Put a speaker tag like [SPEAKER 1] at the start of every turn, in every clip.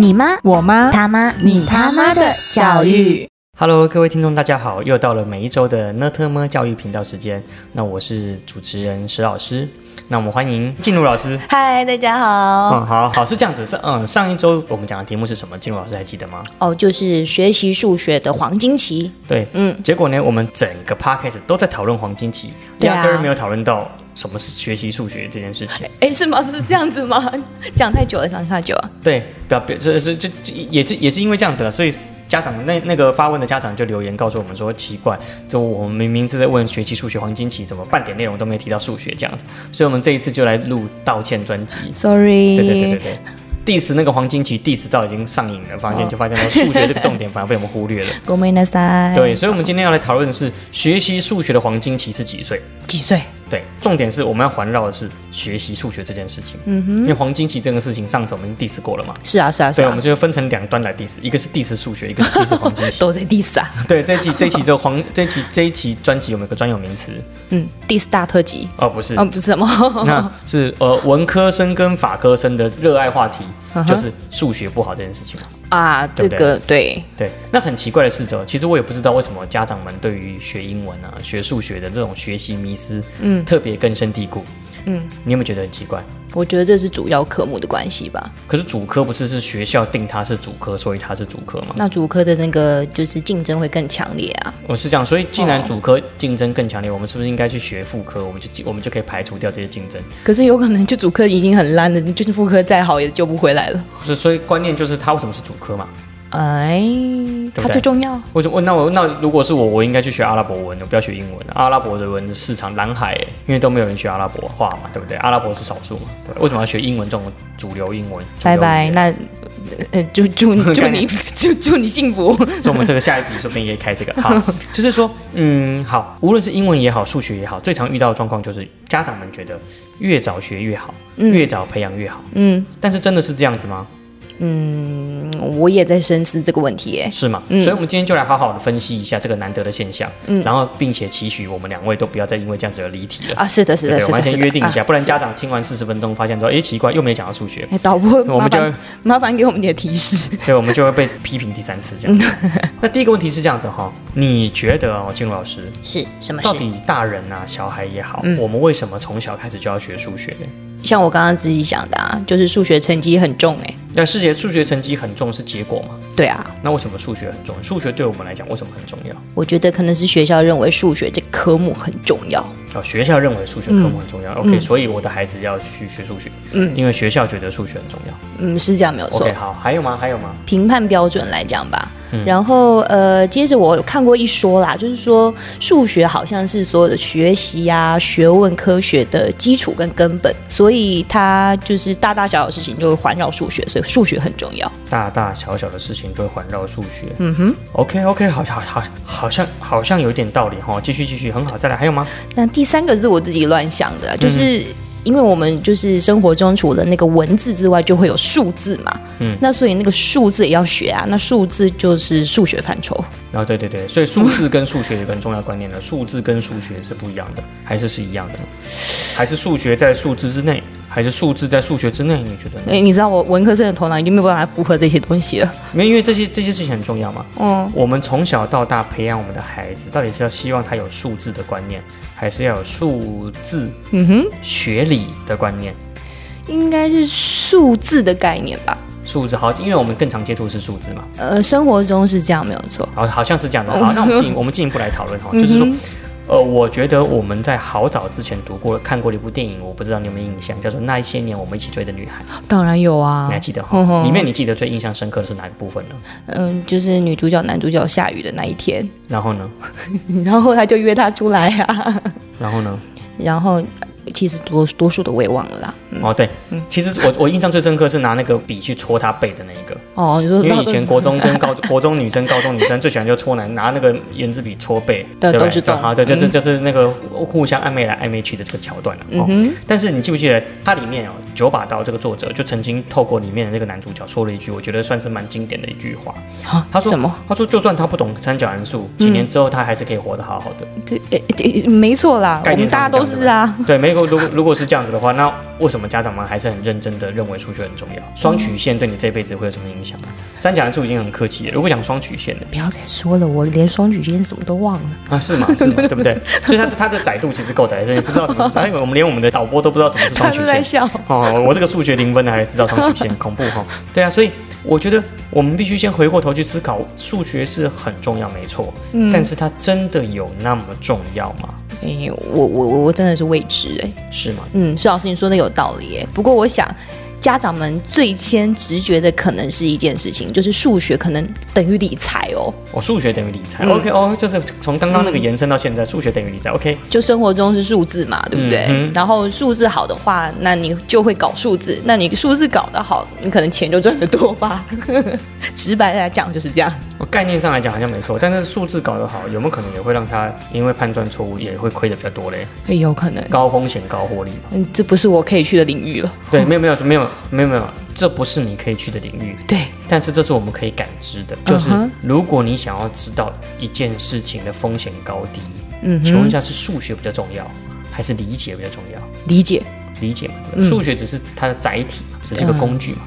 [SPEAKER 1] 你妈、
[SPEAKER 2] 我妈、
[SPEAKER 1] 他妈、你他妈的教育。
[SPEAKER 3] Hello，各位听众，大家好，又到了每一周的 E 呢特么教育频道时间。那我是主持人石老师，那我们欢迎静茹老师。
[SPEAKER 1] 嗨，大家好。
[SPEAKER 3] 嗯，好好是这样子，是嗯，上一周我们讲的题目是什么？静茹老师还记得吗？
[SPEAKER 1] 哦，就是学习数学的黄金期。
[SPEAKER 3] 对，
[SPEAKER 1] 嗯，
[SPEAKER 3] 结果呢，我们整个 podcast 都在讨论黄金期，E
[SPEAKER 1] 对啊
[SPEAKER 3] 压根儿没有讨论到什么是学习数学这件事情。
[SPEAKER 1] 哎，是吗？是这样子吗？ 讲太久了，讲太久了。
[SPEAKER 3] 对，表表这是这这也是也是因为这样子了，所以家长那那个发问的家长就留言告诉我们说，奇怪，这我们明明是在问学期数学黄金期，怎么半点内容都没有提到数学这样子？所以我们这一次就来录道歉专辑。
[SPEAKER 1] Sorry。
[SPEAKER 3] 对对对对对。diss 那个黄金期 diss 到已经上瘾了，发现就发现到数学这个重点反而被我们忽略了。
[SPEAKER 1] ごめんなさい。
[SPEAKER 3] 对，，所以我们今天要来讨论的是学习数学的黄金期是几岁？
[SPEAKER 1] 几岁？
[SPEAKER 3] 对，重点是我们要环绕的是学习数学这件事情。嗯哼，因为黄金期这个事情上次我们已经 diss 过了嘛，
[SPEAKER 1] 是啊，是啊，是
[SPEAKER 3] 所以我
[SPEAKER 1] 啊
[SPEAKER 3] 们，就分成两端来 diss，一个是 diss 数学，一个是 diss 黄金 期。
[SPEAKER 1] 都在 diss 啊。
[SPEAKER 3] 对，这一期这一期就黄这一期这一期专辑我们有个专有名词，
[SPEAKER 1] 嗯，diss 大特辑。
[SPEAKER 3] 哦不是，
[SPEAKER 1] 哦，不是什么。
[SPEAKER 3] 那是呃文科生跟法科生的热爱话题
[SPEAKER 1] 嗯哼，
[SPEAKER 3] 就是数学不好这件事情嘛。
[SPEAKER 1] 啊，这
[SPEAKER 3] 对不对
[SPEAKER 1] 个对，
[SPEAKER 3] 对，那很奇怪的是，哦，其实我也不知道为什么家长们对于学英文啊、学数学的这种学习迷思，嗯，特别根深蒂固。嗯，你有没有觉得很奇怪？
[SPEAKER 1] 我觉得这是主要科目的关系吧。
[SPEAKER 3] 可是主科不是是学校定它是主科，所以它是主科嘛？
[SPEAKER 1] 那主科的那个就是竞争会更强烈啊。
[SPEAKER 3] 我是这样，所以既然
[SPEAKER 1] 哦
[SPEAKER 3] 主科竞争更强烈，我们是不是应该去学副科？我们就我们就可以排除掉这些竞争。
[SPEAKER 1] 可是有可能就主科已经很烂了，你就是副科再好也救不回来了。
[SPEAKER 3] 所以所以观念就是它为什么是主科嘛？
[SPEAKER 1] 哎，
[SPEAKER 3] 对
[SPEAKER 1] 它最重要。
[SPEAKER 3] 为什么？那我那如果是我，我应该去学阿拉伯文，我不要学英文。阿拉伯的文市场蓝海耶，因为都没有人学阿拉伯话嘛，对不对？阿拉伯是少数嘛，对吧。为什么要学英文这种主流英文？主
[SPEAKER 1] 拜
[SPEAKER 3] 流语
[SPEAKER 1] 拜，
[SPEAKER 3] 言
[SPEAKER 1] 那呃，就 祝祝
[SPEAKER 3] 概
[SPEAKER 1] 你
[SPEAKER 3] 念
[SPEAKER 1] 祝祝你幸福。
[SPEAKER 3] 所以我们这个下一集说不定也可以开这个。 好，就是说，嗯，好，无论是英文也好，数学也好，最常遇到的状况就是家长们觉得越早学越好，越早培养越好。
[SPEAKER 1] 嗯，
[SPEAKER 3] 但是真的是这样子吗？
[SPEAKER 1] 我也在深思这个问题耶。
[SPEAKER 3] 是吗？所以，我们今天就来好好的分析一下这个难得的现象，然后，并且期许我们两位都不要再因为这样子而离题了。
[SPEAKER 1] 嗯啊，是的，是
[SPEAKER 3] 对
[SPEAKER 1] 的，
[SPEAKER 3] 对，
[SPEAKER 1] 是
[SPEAKER 3] 我
[SPEAKER 1] 的，
[SPEAKER 3] 们
[SPEAKER 1] 是
[SPEAKER 3] 先
[SPEAKER 1] 的
[SPEAKER 3] 约定一下，
[SPEAKER 1] 啊
[SPEAKER 3] 不然家长听完四十分钟，发现说，诶，奇怪，又没讲到数学，
[SPEAKER 1] 哎，导 播，
[SPEAKER 3] 我
[SPEAKER 1] 麻
[SPEAKER 3] 们就
[SPEAKER 1] 烦麻烦给我们点提示。
[SPEAKER 3] 所以我们就会被批评第三次这样子。那第一个问题是这样子哈，你觉得哦，金茹老师，
[SPEAKER 1] 是什么
[SPEAKER 3] 到底大人啊，小孩也好，我们为什么从小开始就要学数学呢？
[SPEAKER 1] 像我刚刚自己讲的啊，就是数学成绩很重哎。
[SPEAKER 3] 那是学数学成绩很重视结果嘛？
[SPEAKER 1] 对啊，
[SPEAKER 3] 那为什么数学很重要？数学对我们来讲为什么很重要？
[SPEAKER 1] 我觉得可能是学校认为数学这个科目很重要。
[SPEAKER 3] 哦，学校认为数学科目很重要、o k 所以我的孩子要去学数学，嗯，因为学校觉得数学很重要。
[SPEAKER 1] 嗯，是这样没有错
[SPEAKER 3] OK，。好，还有吗？还有吗？
[SPEAKER 1] 评判标准来讲吧。然后呃，接着我有看过一说啦，就是说数学好像是所有的学习啊、学问、科学的基础跟根本，所以它就是大大小小的事情就会环绕数学，所以数学很重要。
[SPEAKER 3] 大大小小的事情都会环绕数学。嗯哼，OK OK，好像好好像好像有点道理哈。继续继续，很好，再来还有吗？
[SPEAKER 1] 那第三个是我自己乱想的啦，就是。因为我们就是生活中除了那个文字之外，就会有数字嘛，嗯，那所以那个数字也要学啊，那数字就是数学范畴，
[SPEAKER 3] 然啊后对对对，所以数字跟数学有个很重要的观念呢，数字跟数学是不一样的，还是是一样的？还是数学在数字之内，还是数字在数学之内？你觉得呢？
[SPEAKER 1] 哎，你知道我文科生的头脑已经没有办法符合这些东西了，
[SPEAKER 3] 因为因为这些这些事情很重要嘛。嗯，我们从小到大培养我们的孩子，到底是要希望他有数字的观念，还是要有数字嗯哼学理的观念？
[SPEAKER 1] 应该是数字的概念吧。
[SPEAKER 3] 数字好，因为我们更常接触是数字嘛。
[SPEAKER 1] 呃，生活中是这样，没有错。
[SPEAKER 3] 好，好像是这样的。好，那我们进一我们进一步来讨论哈，就是说，呃，我觉得我们在好早之前读过、看过的一部电影，我不知道你有没有印象，叫做《那一些年我们一起追的女孩》，
[SPEAKER 1] 当然有啊
[SPEAKER 3] 你还，记得哈？里面你记得最印象深刻的是哪个部分呢？
[SPEAKER 1] 嗯、就是女主角、男主角下雨的那一天，
[SPEAKER 3] 然后呢？
[SPEAKER 1] 然后他就约她出来啊，
[SPEAKER 3] 然后呢？
[SPEAKER 1] 然后呃其实多多数的我也忘了啦。
[SPEAKER 3] 哦，对，其实我我印象最深刻是拿那个笔去戳她背的那一个，
[SPEAKER 1] 哦，你说
[SPEAKER 3] 因为
[SPEAKER 1] 到
[SPEAKER 3] 以前国中跟高国中女生、高中女生最喜欢就戳男，拿那个圆珠笔戳背，
[SPEAKER 1] 对
[SPEAKER 3] 不
[SPEAKER 1] 都是嗯这种
[SPEAKER 3] 啊，对，就是就是那个互相暧昧来暧昧去的这个桥段了、
[SPEAKER 1] 嗯
[SPEAKER 3] 啊。哦，但是你记不记得它里面哦，九把刀这个作者就曾经透过里面的那个男主角说了一句，我觉得算是蛮经典的一句话。
[SPEAKER 1] 啊
[SPEAKER 3] 他说
[SPEAKER 1] 什么？？嗯
[SPEAKER 3] 他说就算他不懂三角函数，几年之后他还是可以活得好好的。
[SPEAKER 1] 这、诶诶没错啦，我
[SPEAKER 3] 概
[SPEAKER 1] 们
[SPEAKER 3] 念
[SPEAKER 1] 大家
[SPEAKER 3] 上
[SPEAKER 1] 都
[SPEAKER 3] 这样
[SPEAKER 1] 是啊。
[SPEAKER 3] 子吧。对，美国如果如果是这样子的话，那为什么家长们还是很认真的认为数学很重要？双曲线对你这辈子会有什么影响？啊三角函数已经很客气了，如果讲双曲线的
[SPEAKER 1] 不要再说了，我连双曲线什么都忘了。
[SPEAKER 3] 啊，是吗？是吗？ 对不对？所以它的它的窄度其实够窄，所以不知道什么是，哎，我们连我们的导播都不知道什么是双
[SPEAKER 1] 他
[SPEAKER 3] 曲
[SPEAKER 1] 都
[SPEAKER 3] 线。
[SPEAKER 1] 在笑。
[SPEAKER 3] 哦，我这个数学零分的还知道双 曲线，恐怖哈、哦。对啊，所以我觉得我们必须先回过头去思考，数学是很重要，没错，
[SPEAKER 1] 嗯
[SPEAKER 3] 但是它真的有那么重要吗？
[SPEAKER 1] 哎、我我我我真的是未知哎、
[SPEAKER 3] 是吗？
[SPEAKER 1] 嗯，施老师你说的有道理耶。不过我想，家长们最先直觉的可能是一件事情，就是数学可能等于理财哦。
[SPEAKER 3] 我、数学等于理财、o k 哦，就是从刚刚那个延伸到现在，数学等于理财，OK，
[SPEAKER 1] 就生活中是数字嘛，对不对？
[SPEAKER 3] 嗯哼
[SPEAKER 1] 然后数字好的话，那你就会搞数字。那你数字搞得好，你可能钱就赚得多吧。 直白来讲就是这样。
[SPEAKER 3] 我哦概念上来讲好像没错，但是数字搞得好，有没有可能也会让他因为判断错误，也会亏的比较多嘞？
[SPEAKER 1] 哎，有可能。
[SPEAKER 3] 高风险高获利嘛？
[SPEAKER 1] 嗯，这不是我可以去的领域了。
[SPEAKER 3] 对，没有没有没有没有没有，这不是你可以去的领域，
[SPEAKER 1] 对，
[SPEAKER 3] 但是这是我们可以感知的，就是
[SPEAKER 1] 嗯哼
[SPEAKER 3] 如果你想要知道一件事情的风险高低，
[SPEAKER 1] 嗯哼
[SPEAKER 3] 请问一下是数学比较重要，还是理解比较重要？
[SPEAKER 1] 理解。
[SPEAKER 3] 理解嘛，对吧数学只是它的载体嘛，只是一个工具嘛。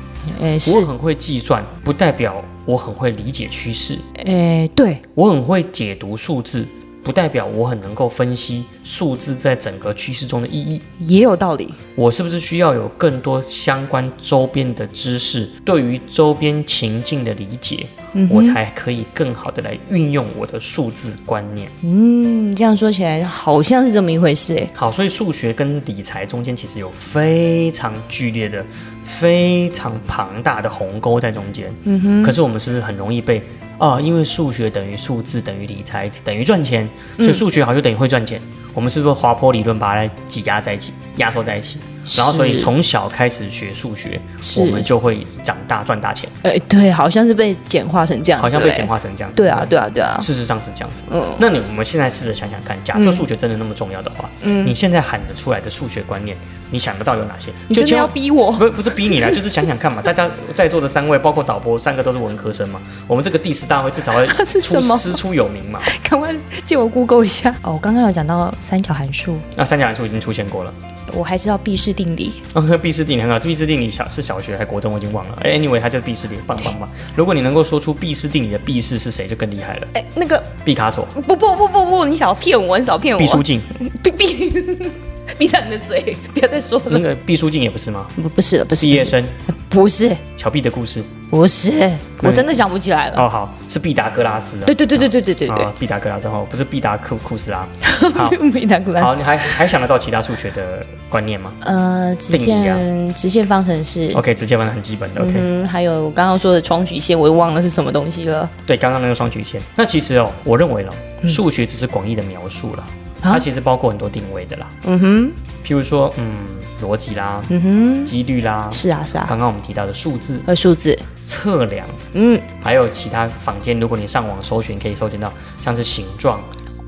[SPEAKER 1] 哎，是
[SPEAKER 3] 我，很会计算，不代表我很会理解趋势；
[SPEAKER 1] 哎，对，
[SPEAKER 3] 我很会解读数字，不代表我很能够分析数字在整个趋势中的意义。
[SPEAKER 1] 也有道理。
[SPEAKER 3] 我是不是需要有更多相关周边的知识，对于周边情境的理解，我才可以更好的来运用我的数字观念。
[SPEAKER 1] 嗯，这样说起来好像是这么一回事哎。
[SPEAKER 3] 好，所以数学跟理财中间其实有非常剧烈的、非常庞大的鸿沟在中间。嗯哼。可是我们是不是很容易被啊？因为数学等于数字，等于理财，等于赚钱，
[SPEAKER 1] 嗯
[SPEAKER 3] 所以数学好就等于会赚钱。我们是不是滑坡理论把它来挤压在一起、压缩在一起？然后，所以
[SPEAKER 1] 是
[SPEAKER 3] 从小开始学数学，
[SPEAKER 1] 是
[SPEAKER 3] 我们就会长大赚大钱，
[SPEAKER 1] 哎，对，好像是被简化成这样子，
[SPEAKER 3] 好像被
[SPEAKER 1] 哎
[SPEAKER 3] 简。化成这样子。
[SPEAKER 1] 对啊，对啊，对啊。嗯
[SPEAKER 3] 事实上是这样子。那你我们现在试着想想看，假设数学真的那么重要的话，
[SPEAKER 1] 嗯
[SPEAKER 3] 你现在喊得出来的数学观念，你想得到有哪些？
[SPEAKER 1] 你真的
[SPEAKER 3] 千
[SPEAKER 1] 要
[SPEAKER 3] 万
[SPEAKER 1] 逼我？
[SPEAKER 3] 不不是逼你啦，就是想想看嘛。大家在座的三位，包括导播，三个都是文科生嘛。我们这个第十大会至少会
[SPEAKER 1] 是
[SPEAKER 3] 出
[SPEAKER 1] 什么
[SPEAKER 3] 师出有名嘛。
[SPEAKER 1] 赶快借我 Google 一下。哦，我刚刚有讲到三角函数，
[SPEAKER 3] 那啊三角函数已经出现过了。
[SPEAKER 1] 我还知道毕氏定理。
[SPEAKER 3] OK，毕氏定理很好，毕氏定理小是小学还国中，我已经忘了。哎，anyway，它叫毕氏定理，棒棒棒。如果你能够说出毕氏定理的毕氏是谁，就更厉害了。
[SPEAKER 1] 哎，那个
[SPEAKER 3] 毕卡索、
[SPEAKER 1] 不不不不不，你想要骗我，你想要骗我。
[SPEAKER 3] 毕书尽，
[SPEAKER 1] 闭闭 闭上你的嘴，不要再说
[SPEAKER 3] 那
[SPEAKER 1] 了。
[SPEAKER 3] 个毕书尽也不是吗？
[SPEAKER 1] 不不是了，不是
[SPEAKER 3] 毕业生，
[SPEAKER 1] 不是
[SPEAKER 3] 小毕的故事。
[SPEAKER 1] 不是，我真的想不起来了。
[SPEAKER 3] 哦，好，是毕达哥拉斯啊。
[SPEAKER 1] 对对对对对对对对，
[SPEAKER 3] 啊，毕达哥拉斯哦，不是毕达库库斯拉。好，
[SPEAKER 1] 没拿过来。
[SPEAKER 3] 好，你还还想得到其他数学的观念吗
[SPEAKER 1] 呃，直
[SPEAKER 3] 定理啊
[SPEAKER 1] 线直线方程式。
[SPEAKER 3] ？OK，直接问很基本的。OK，、
[SPEAKER 1] 嗯，还有我刚刚说的双曲线，我也忘了是什么东西了。
[SPEAKER 3] 对，刚刚那个双曲线。那其实哦，我认为了，
[SPEAKER 1] 嗯
[SPEAKER 3] 数学只是广义的描述了，它其实包括很多定位的啦，
[SPEAKER 1] 啊嗯哼，
[SPEAKER 3] 譬如说，嗯，逻辑啦，
[SPEAKER 1] 嗯哼，
[SPEAKER 3] 几率啦，
[SPEAKER 1] 是啊是啊，
[SPEAKER 3] 刚刚我们提到的数字
[SPEAKER 1] 呃，数字，
[SPEAKER 3] 测量，
[SPEAKER 1] 嗯
[SPEAKER 3] 还有其他坊间，如果你上网搜寻，可以搜寻到像是形状、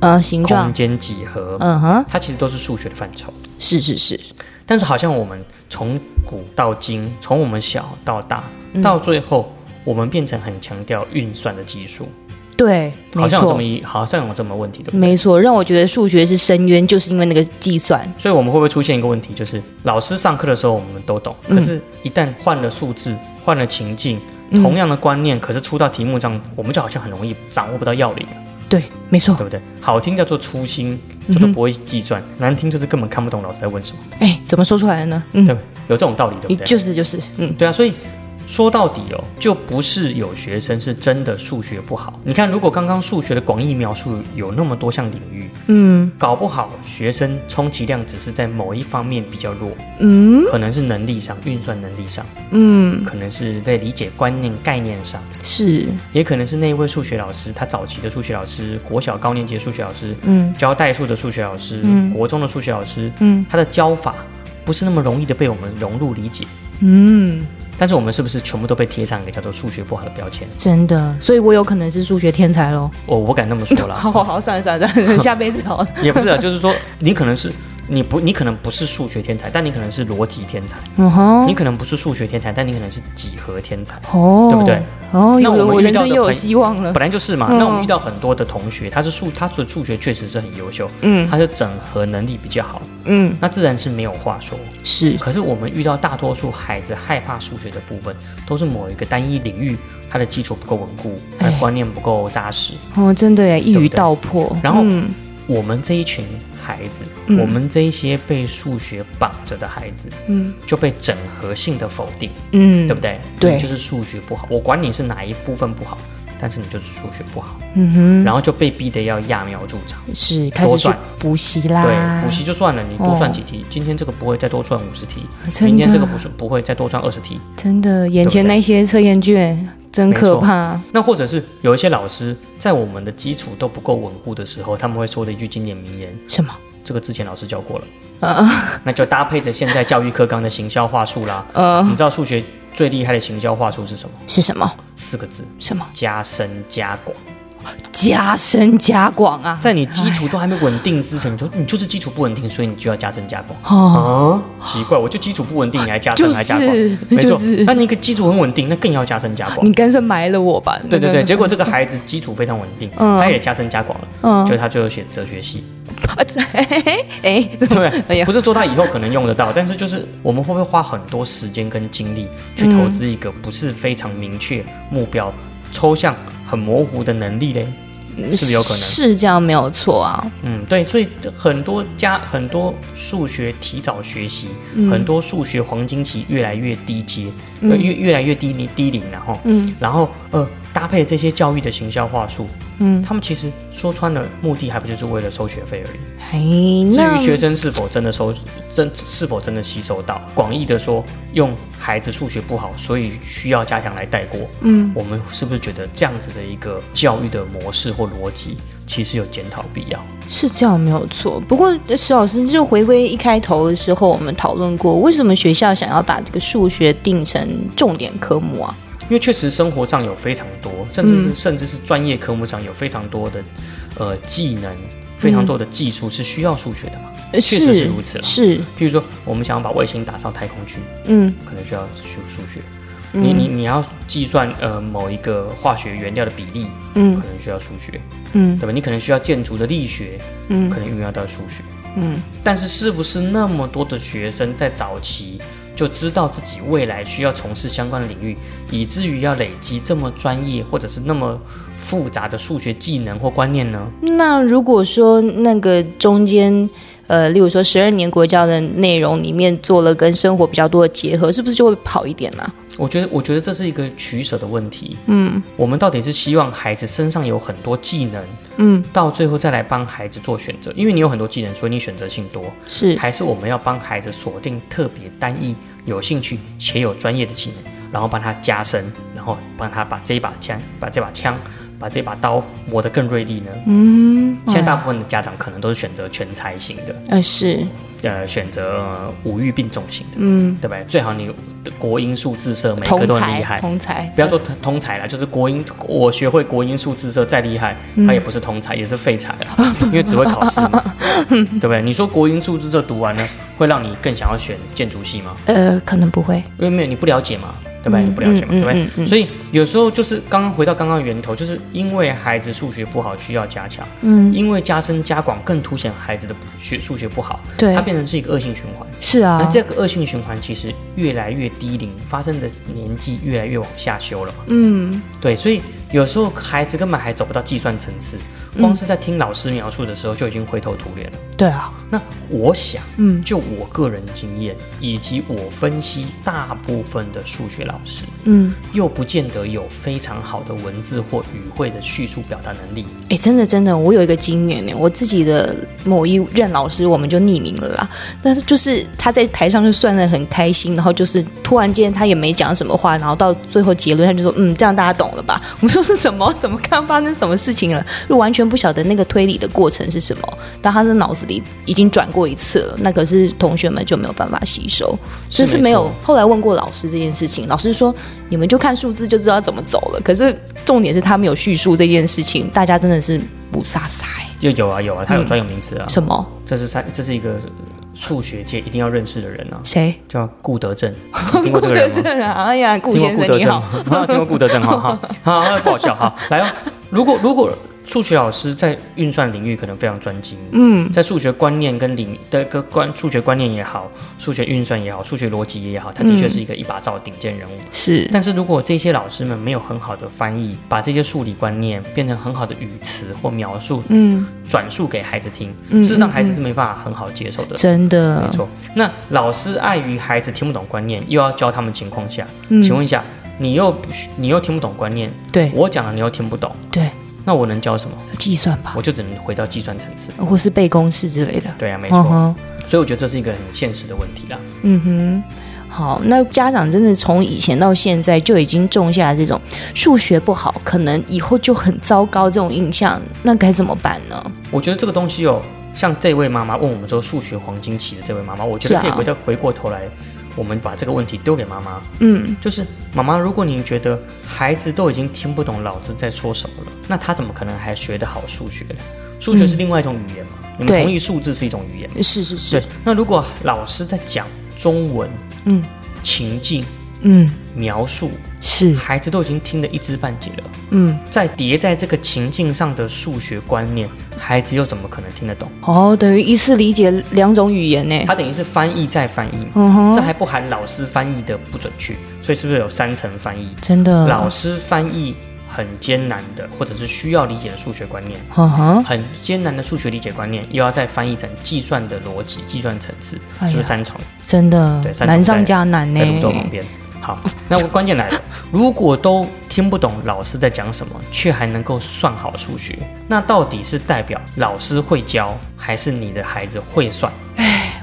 [SPEAKER 1] 呃，形状
[SPEAKER 3] 空，间几何，
[SPEAKER 1] 嗯哼，
[SPEAKER 3] 它其实都是数学的范畴。
[SPEAKER 1] 是是是，
[SPEAKER 3] 但是好像我们从古到今，从我们小到大，
[SPEAKER 1] 嗯
[SPEAKER 3] 到最后，我们变成很强调运算的技术，
[SPEAKER 1] 对，
[SPEAKER 3] 好
[SPEAKER 1] 没
[SPEAKER 3] 像有这
[SPEAKER 1] 错嗯
[SPEAKER 3] 么，一，好像有这么问题的。
[SPEAKER 1] 没错，让我觉得数学是深渊，就是因为那个计算，
[SPEAKER 3] 所以我们会不会出现一个问题，就是老师上课的时候我们都懂，
[SPEAKER 1] 嗯
[SPEAKER 3] 可是一旦换了数字，换了情境，
[SPEAKER 1] 嗯
[SPEAKER 3] 同样的观念，可是出到题目上，我们就好像很容易掌握不到要领，
[SPEAKER 1] 对，没错
[SPEAKER 3] 对，不对？好听叫做粗心，
[SPEAKER 1] 嗯
[SPEAKER 3] 叫做不会计算；难听就是根本看不懂老师在问什么，
[SPEAKER 1] 哎，怎么说出来的呢？嗯
[SPEAKER 3] 对，不对？有这种道理，对不对？
[SPEAKER 1] 就是就是，嗯，
[SPEAKER 3] 对啊，所以说到底哦，就不是有学生是真的数学不好。你看，如果刚刚数学的广义描述有那么多项领域，嗯，搞不好学生充其量只是在某一方面比较弱，嗯，可能是能力上、运算能力上，嗯，可能是在理解观念、概念上，
[SPEAKER 1] 是，
[SPEAKER 3] 也可能是那一位数学老师，他早期的数学老师，国小高年级的数学老师，嗯，教代数的数学老师，嗯，国中的数学老师，嗯，他的教法不是那么容易的被我们融入理解，
[SPEAKER 1] 嗯，
[SPEAKER 3] 但是我们是不是全部都被贴上一个叫做数学不好的标签？
[SPEAKER 1] 真的，所以我有可能是数学天才 喽。
[SPEAKER 3] 我我不敢那么说啦，
[SPEAKER 1] 好好好，算了算了算 了，下辈子好了。
[SPEAKER 3] 也不是啊，就是说你可能是你不你可能不是数学天才，但你可能是逻辑天才；
[SPEAKER 1] 嗯哼，
[SPEAKER 3] 你可能不是数学天才，但你可能是几何天才，
[SPEAKER 1] 哦，
[SPEAKER 3] 对不对？？
[SPEAKER 1] 哦，
[SPEAKER 3] 那
[SPEAKER 1] 有
[SPEAKER 3] 我
[SPEAKER 1] 了，
[SPEAKER 3] 们
[SPEAKER 1] 我
[SPEAKER 3] 遇
[SPEAKER 1] 人
[SPEAKER 3] 到
[SPEAKER 1] 生
[SPEAKER 3] 的
[SPEAKER 1] 又有
[SPEAKER 3] 朋
[SPEAKER 1] 希望了
[SPEAKER 3] 本。来就是嘛。
[SPEAKER 1] 嗯
[SPEAKER 3] 那我们遇到很多的同学，他是数，他的数学确实是很优秀，
[SPEAKER 1] 嗯
[SPEAKER 3] 他的整合能力比较好，
[SPEAKER 1] 嗯，
[SPEAKER 3] 那自然是没有话说。
[SPEAKER 1] 是
[SPEAKER 3] 可是我们遇到大多数孩子害怕数学的部分，都是某一个单一领域，他的基础不够稳固，他
[SPEAKER 1] 哎
[SPEAKER 3] 的观念不够扎实。
[SPEAKER 1] 哦，真的耶，一
[SPEAKER 3] 对
[SPEAKER 1] 语
[SPEAKER 3] 不对
[SPEAKER 1] 道破。
[SPEAKER 3] 然后
[SPEAKER 1] 嗯
[SPEAKER 3] 我们这一群孩子，
[SPEAKER 1] 嗯
[SPEAKER 3] 我们这一些被数学绑着的孩子，
[SPEAKER 1] 嗯
[SPEAKER 3] 就被整合性的否定，
[SPEAKER 1] 嗯，
[SPEAKER 3] 对不对？
[SPEAKER 1] 对
[SPEAKER 3] 你就是数学不好，我管你是哪一部分不好，但是你就是数学不好，
[SPEAKER 1] 嗯哼，
[SPEAKER 3] 然后就被逼得要揠苗助长。
[SPEAKER 1] 是开始去
[SPEAKER 3] 算
[SPEAKER 1] 补习啦，
[SPEAKER 3] 对，补习就算了，你多
[SPEAKER 1] 啊哦
[SPEAKER 3] 算几题，今天这个不会再多算五十题，
[SPEAKER 1] 真的
[SPEAKER 3] 明天这个不是不会再多算二十题。
[SPEAKER 1] 真的，眼前那些测验卷真可怕。
[SPEAKER 3] 那或者是有一些老师在我们的基础都不够稳固的时候，他们会说的一句经典名言，
[SPEAKER 1] 什么？
[SPEAKER 3] 这个之前老师教 过了，
[SPEAKER 1] 呃
[SPEAKER 3] 那就搭配着现在教育课纲的行销话术啦。
[SPEAKER 1] 呃，
[SPEAKER 3] 你知道数学最厉害的行销话术是什么？
[SPEAKER 1] 是什么？
[SPEAKER 3] 四个字：
[SPEAKER 1] 什么？
[SPEAKER 3] 加深加广。
[SPEAKER 1] 加深加广啊！
[SPEAKER 3] 在你基础都还没稳定之前，你就你就是基础不稳定，所以你就要加深加广。
[SPEAKER 1] 哦，
[SPEAKER 3] 啊，奇怪，我就基础不稳定，你还加
[SPEAKER 1] 就
[SPEAKER 3] 深
[SPEAKER 1] 是
[SPEAKER 3] 还加广，没错。
[SPEAKER 1] 就是
[SPEAKER 3] 那你一个基础很稳定，那更要加深加广。
[SPEAKER 1] 你干脆埋了我吧。
[SPEAKER 3] 啊对对对，
[SPEAKER 1] 那个
[SPEAKER 3] 结果这个孩子基础非常稳定，
[SPEAKER 1] 嗯
[SPEAKER 3] 他也加深加广了，
[SPEAKER 1] 嗯
[SPEAKER 3] 就他最后选哲 学系，
[SPEAKER 1] 哎，怎么？哎
[SPEAKER 3] 对，
[SPEAKER 1] 呀
[SPEAKER 3] 不，是说他以后可能用得到，但是就是我们会不会花很多时间跟精力去投资一个不是非常明确目标、抽象、很模糊的能力嘞？是不是有可能？
[SPEAKER 1] 是这样没有错啊。
[SPEAKER 3] 嗯，对，所以很多家很多数学提早学习，
[SPEAKER 1] 嗯
[SPEAKER 3] 很多数学黄金期越来越低阶，呃越越来越低龄低龄，然后，
[SPEAKER 1] 嗯
[SPEAKER 3] 然后呃，搭配这些教育的行销话术，
[SPEAKER 1] 嗯，
[SPEAKER 3] 他们其实说穿了，目的还不就是为了收学费而已。
[SPEAKER 1] 哎，
[SPEAKER 3] 至
[SPEAKER 1] 那
[SPEAKER 3] 于学生是否真的收，真是否真的吸收到，广义的说，用孩子数学不好，所以需要加强来带过。
[SPEAKER 1] 嗯，
[SPEAKER 3] 我们是不是觉得这样子的一个教育的模式或逻辑，其实有检讨必要？
[SPEAKER 1] 是这样没有错。不过石老师就回归一开头的时候，我们讨论过，为什么学校想要把这个数学定成重点科目啊？
[SPEAKER 3] 因为确实生活上有非常多，甚至是、甚至是专业科目上有非常多的呃技能，非常多的技术是需要数学的嘛。
[SPEAKER 1] 呃
[SPEAKER 3] 确实是如此啦
[SPEAKER 1] 是，
[SPEAKER 3] 譬如说，我们想要把卫星打上太空去，
[SPEAKER 1] 嗯
[SPEAKER 3] 可能需要数数学。你你你要计算呃某一个化学原料的比例，
[SPEAKER 1] 嗯
[SPEAKER 3] 可能需要数学，
[SPEAKER 1] 嗯
[SPEAKER 3] 对吧？你可能需要建筑的力学，
[SPEAKER 1] 嗯
[SPEAKER 3] 可能运用到数学。
[SPEAKER 1] 嗯，
[SPEAKER 3] 但是是不是那么多的学生在早期就知道自己未来需要从事相关的领域，以至于要累积这么专业或者是那么复杂的数学技能或观念呢？
[SPEAKER 1] 那如果说那个中间，呃，例如说十二年国教的内容里面做了跟生活比较多的结合，是不是就会好一点呢、啊
[SPEAKER 3] 我觉得，我觉得这是一个取舍的问题。嗯，我们到底是希望孩子身上有很多技能，
[SPEAKER 1] 嗯，
[SPEAKER 3] 到最后再来帮孩子做选择，因为你有很多技能，所以你选择性多，
[SPEAKER 1] 是，
[SPEAKER 3] 还是我们要帮孩子锁定特别单一、有兴趣且有专业的技能，然后帮他加深，然后帮他把这一把枪、把这把枪、把这把刀磨得更锐利呢？
[SPEAKER 1] 嗯，
[SPEAKER 3] 现在
[SPEAKER 1] 哎
[SPEAKER 3] 大部分的家长可能都是选择全才型的，
[SPEAKER 1] 呃是，
[SPEAKER 3] 呃，选择、呃五育并重型的，
[SPEAKER 1] 嗯，
[SPEAKER 3] 对不对？最好你的国英数自社每
[SPEAKER 1] 同
[SPEAKER 3] 个都很厉
[SPEAKER 1] 才
[SPEAKER 3] 害。
[SPEAKER 1] 同才，
[SPEAKER 3] 不要说通通才啦，就是国英，我学会国英数自社再厉害，
[SPEAKER 1] 嗯
[SPEAKER 3] 他也不是通才，也是废材啊，因为只会考试 嘛，对不对？你说国英数自社读完呢，会让你更想要选建筑系吗？
[SPEAKER 1] 呃，可能不会，
[SPEAKER 3] 因为没有你不了解嘛，对不对？你不了解嘛，
[SPEAKER 1] 嗯
[SPEAKER 3] 对不对？
[SPEAKER 1] 嗯嗯
[SPEAKER 3] 所以有时候就是刚刚回到刚刚源头，就是因为孩子数学不好需要加强，
[SPEAKER 1] 嗯，
[SPEAKER 3] 因为加深加广更凸显孩子的学数学不好，
[SPEAKER 1] 对
[SPEAKER 3] 它变成是一个恶性循环。
[SPEAKER 1] 是
[SPEAKER 3] 那
[SPEAKER 1] 啊，
[SPEAKER 3] 这个恶性循环其实越来越低龄，发生的年纪越来越往下修了嘛。
[SPEAKER 1] 嗯
[SPEAKER 3] 对，所以有时候孩子根本还走不到计算层次，
[SPEAKER 1] 嗯
[SPEAKER 3] 光是在听老师描述的时候就已经灰头土脸了。
[SPEAKER 1] 对啊，
[SPEAKER 3] 那我想，
[SPEAKER 1] 嗯
[SPEAKER 3] 就我个人经验以及我分析，大部分的数学老师
[SPEAKER 1] 嗯，
[SPEAKER 3] 又不见得有非常好的文字或语汇的叙述表达能力。
[SPEAKER 1] 哎、真的真的，我有一个经验呢，我自己的某一任老师，我们就匿名了啦。但是就是他在台上就算的很开心，然后就是突然间他也没讲什么话，然后到最后结论他就说，嗯，这样大家懂了吧？ 我们说是什么？什么看发生什么事情了？就完全不晓得那个推理的过程是什么。但他的脑子里已经转过一次了，那可是同学们就没有办法吸收，这
[SPEAKER 3] 是
[SPEAKER 1] 是
[SPEAKER 3] 没
[SPEAKER 1] 没
[SPEAKER 3] 错
[SPEAKER 1] 有。后来问过老师这件事情，老师说你们就看数字就知道怎么走了。可是重点是他没有叙述这件事情，大家真的是不撒撒、欸、
[SPEAKER 3] 就有啊有啊，它有专有名词啊，
[SPEAKER 1] 什么？
[SPEAKER 3] 这是它这是一个数学界一定要认识的人啊，
[SPEAKER 1] 谁？
[SPEAKER 3] 叫顾 德正，你听
[SPEAKER 1] 顾
[SPEAKER 3] 过这个
[SPEAKER 1] 德
[SPEAKER 3] 人吗？
[SPEAKER 1] 正啊！ 哎呀，顾
[SPEAKER 3] 听
[SPEAKER 1] 先
[SPEAKER 3] 过顾
[SPEAKER 1] 生
[SPEAKER 3] 德
[SPEAKER 1] 你
[SPEAKER 3] 正吗
[SPEAKER 1] 好，？
[SPEAKER 3] 啊，听过顾德正哈， 好好，好不好笑哈。来哦，如果如果数学老师在运算领域可能非常专精，嗯，在数学观念跟领的个观数学观念也好，数学运算也好，数学逻辑也好，他的确是一个一把照顶尖人物。
[SPEAKER 1] 是
[SPEAKER 3] 但是如果这些老师们没有很好的翻译，把这些数理观念变成很好的语词或描述，
[SPEAKER 1] 嗯，
[SPEAKER 3] 转述给孩子听，事实上孩子是没办法很好接受的。
[SPEAKER 1] 真的
[SPEAKER 3] 没，错。那老师碍于孩子听不懂观念，又要教他们情况下，
[SPEAKER 1] 嗯
[SPEAKER 3] 请问一下，你又不需你又听不懂观念，
[SPEAKER 1] 对
[SPEAKER 3] 我讲了你又听不懂，
[SPEAKER 1] 对，
[SPEAKER 3] 那我能教什么？
[SPEAKER 1] 计算吧，
[SPEAKER 3] 我就只能回到计算层次。
[SPEAKER 1] 或是背公式之类的。
[SPEAKER 3] 对啊，没
[SPEAKER 1] 嗯
[SPEAKER 3] 错。
[SPEAKER 1] 哼，
[SPEAKER 3] 所以我觉得这是一个很现实的问题啦。
[SPEAKER 1] 嗯哼，好，那家长真的从以前到现在就已经种下这种数学不好，可能以后就很糟糕这种印象，那该怎么办呢？
[SPEAKER 3] 我觉得这个东西哦，像这位妈妈问我们说数学黄金期的这位妈妈，我觉
[SPEAKER 1] 是
[SPEAKER 3] 得
[SPEAKER 1] 啊
[SPEAKER 3] 可以回到、回过头来，我们把这个问题丢给妈妈，
[SPEAKER 1] 嗯，
[SPEAKER 3] 就是妈妈，如果您觉得孩子都已经听不懂老师在说什么了，那他怎么可能还学得好数学呢？数学是另外一种语言嘛？你们
[SPEAKER 1] 嗯对
[SPEAKER 3] 同意数字是一种语言？
[SPEAKER 1] 是是
[SPEAKER 3] 对
[SPEAKER 1] 是，。
[SPEAKER 3] 那如果老师在讲中文，
[SPEAKER 1] 嗯，
[SPEAKER 3] 情境
[SPEAKER 1] 嗯，
[SPEAKER 3] 描述，
[SPEAKER 1] 是，
[SPEAKER 3] 孩子都已经听得一知半解了，
[SPEAKER 1] 嗯，
[SPEAKER 3] 再叠在这个情境上的数学观念，孩子又怎么可能听得懂？
[SPEAKER 1] 哦，等于一次理解两种语言呢。
[SPEAKER 3] 他等于是翻译再翻译嘛，
[SPEAKER 1] 嗯
[SPEAKER 3] 这
[SPEAKER 1] 哼，
[SPEAKER 3] 还不含老师翻译的不准确，所以是不是有三层翻译？
[SPEAKER 1] 真的，
[SPEAKER 3] 老师翻译很艰难的，或者是需要理解的数学观念，
[SPEAKER 1] 嗯哼，
[SPEAKER 3] 很艰难的数学理解观念，又要再翻译成计算的逻辑、计算层次，
[SPEAKER 1] 哎呀
[SPEAKER 3] 是不是三重
[SPEAKER 1] 真的
[SPEAKER 3] 对三种
[SPEAKER 1] 难上加难呢
[SPEAKER 3] 在。泸州旁边？ 好，那我关键来了，如果都听不懂老师在讲什么，却还能够算好数学，那到底是代表老师会教，还是你的孩子会算？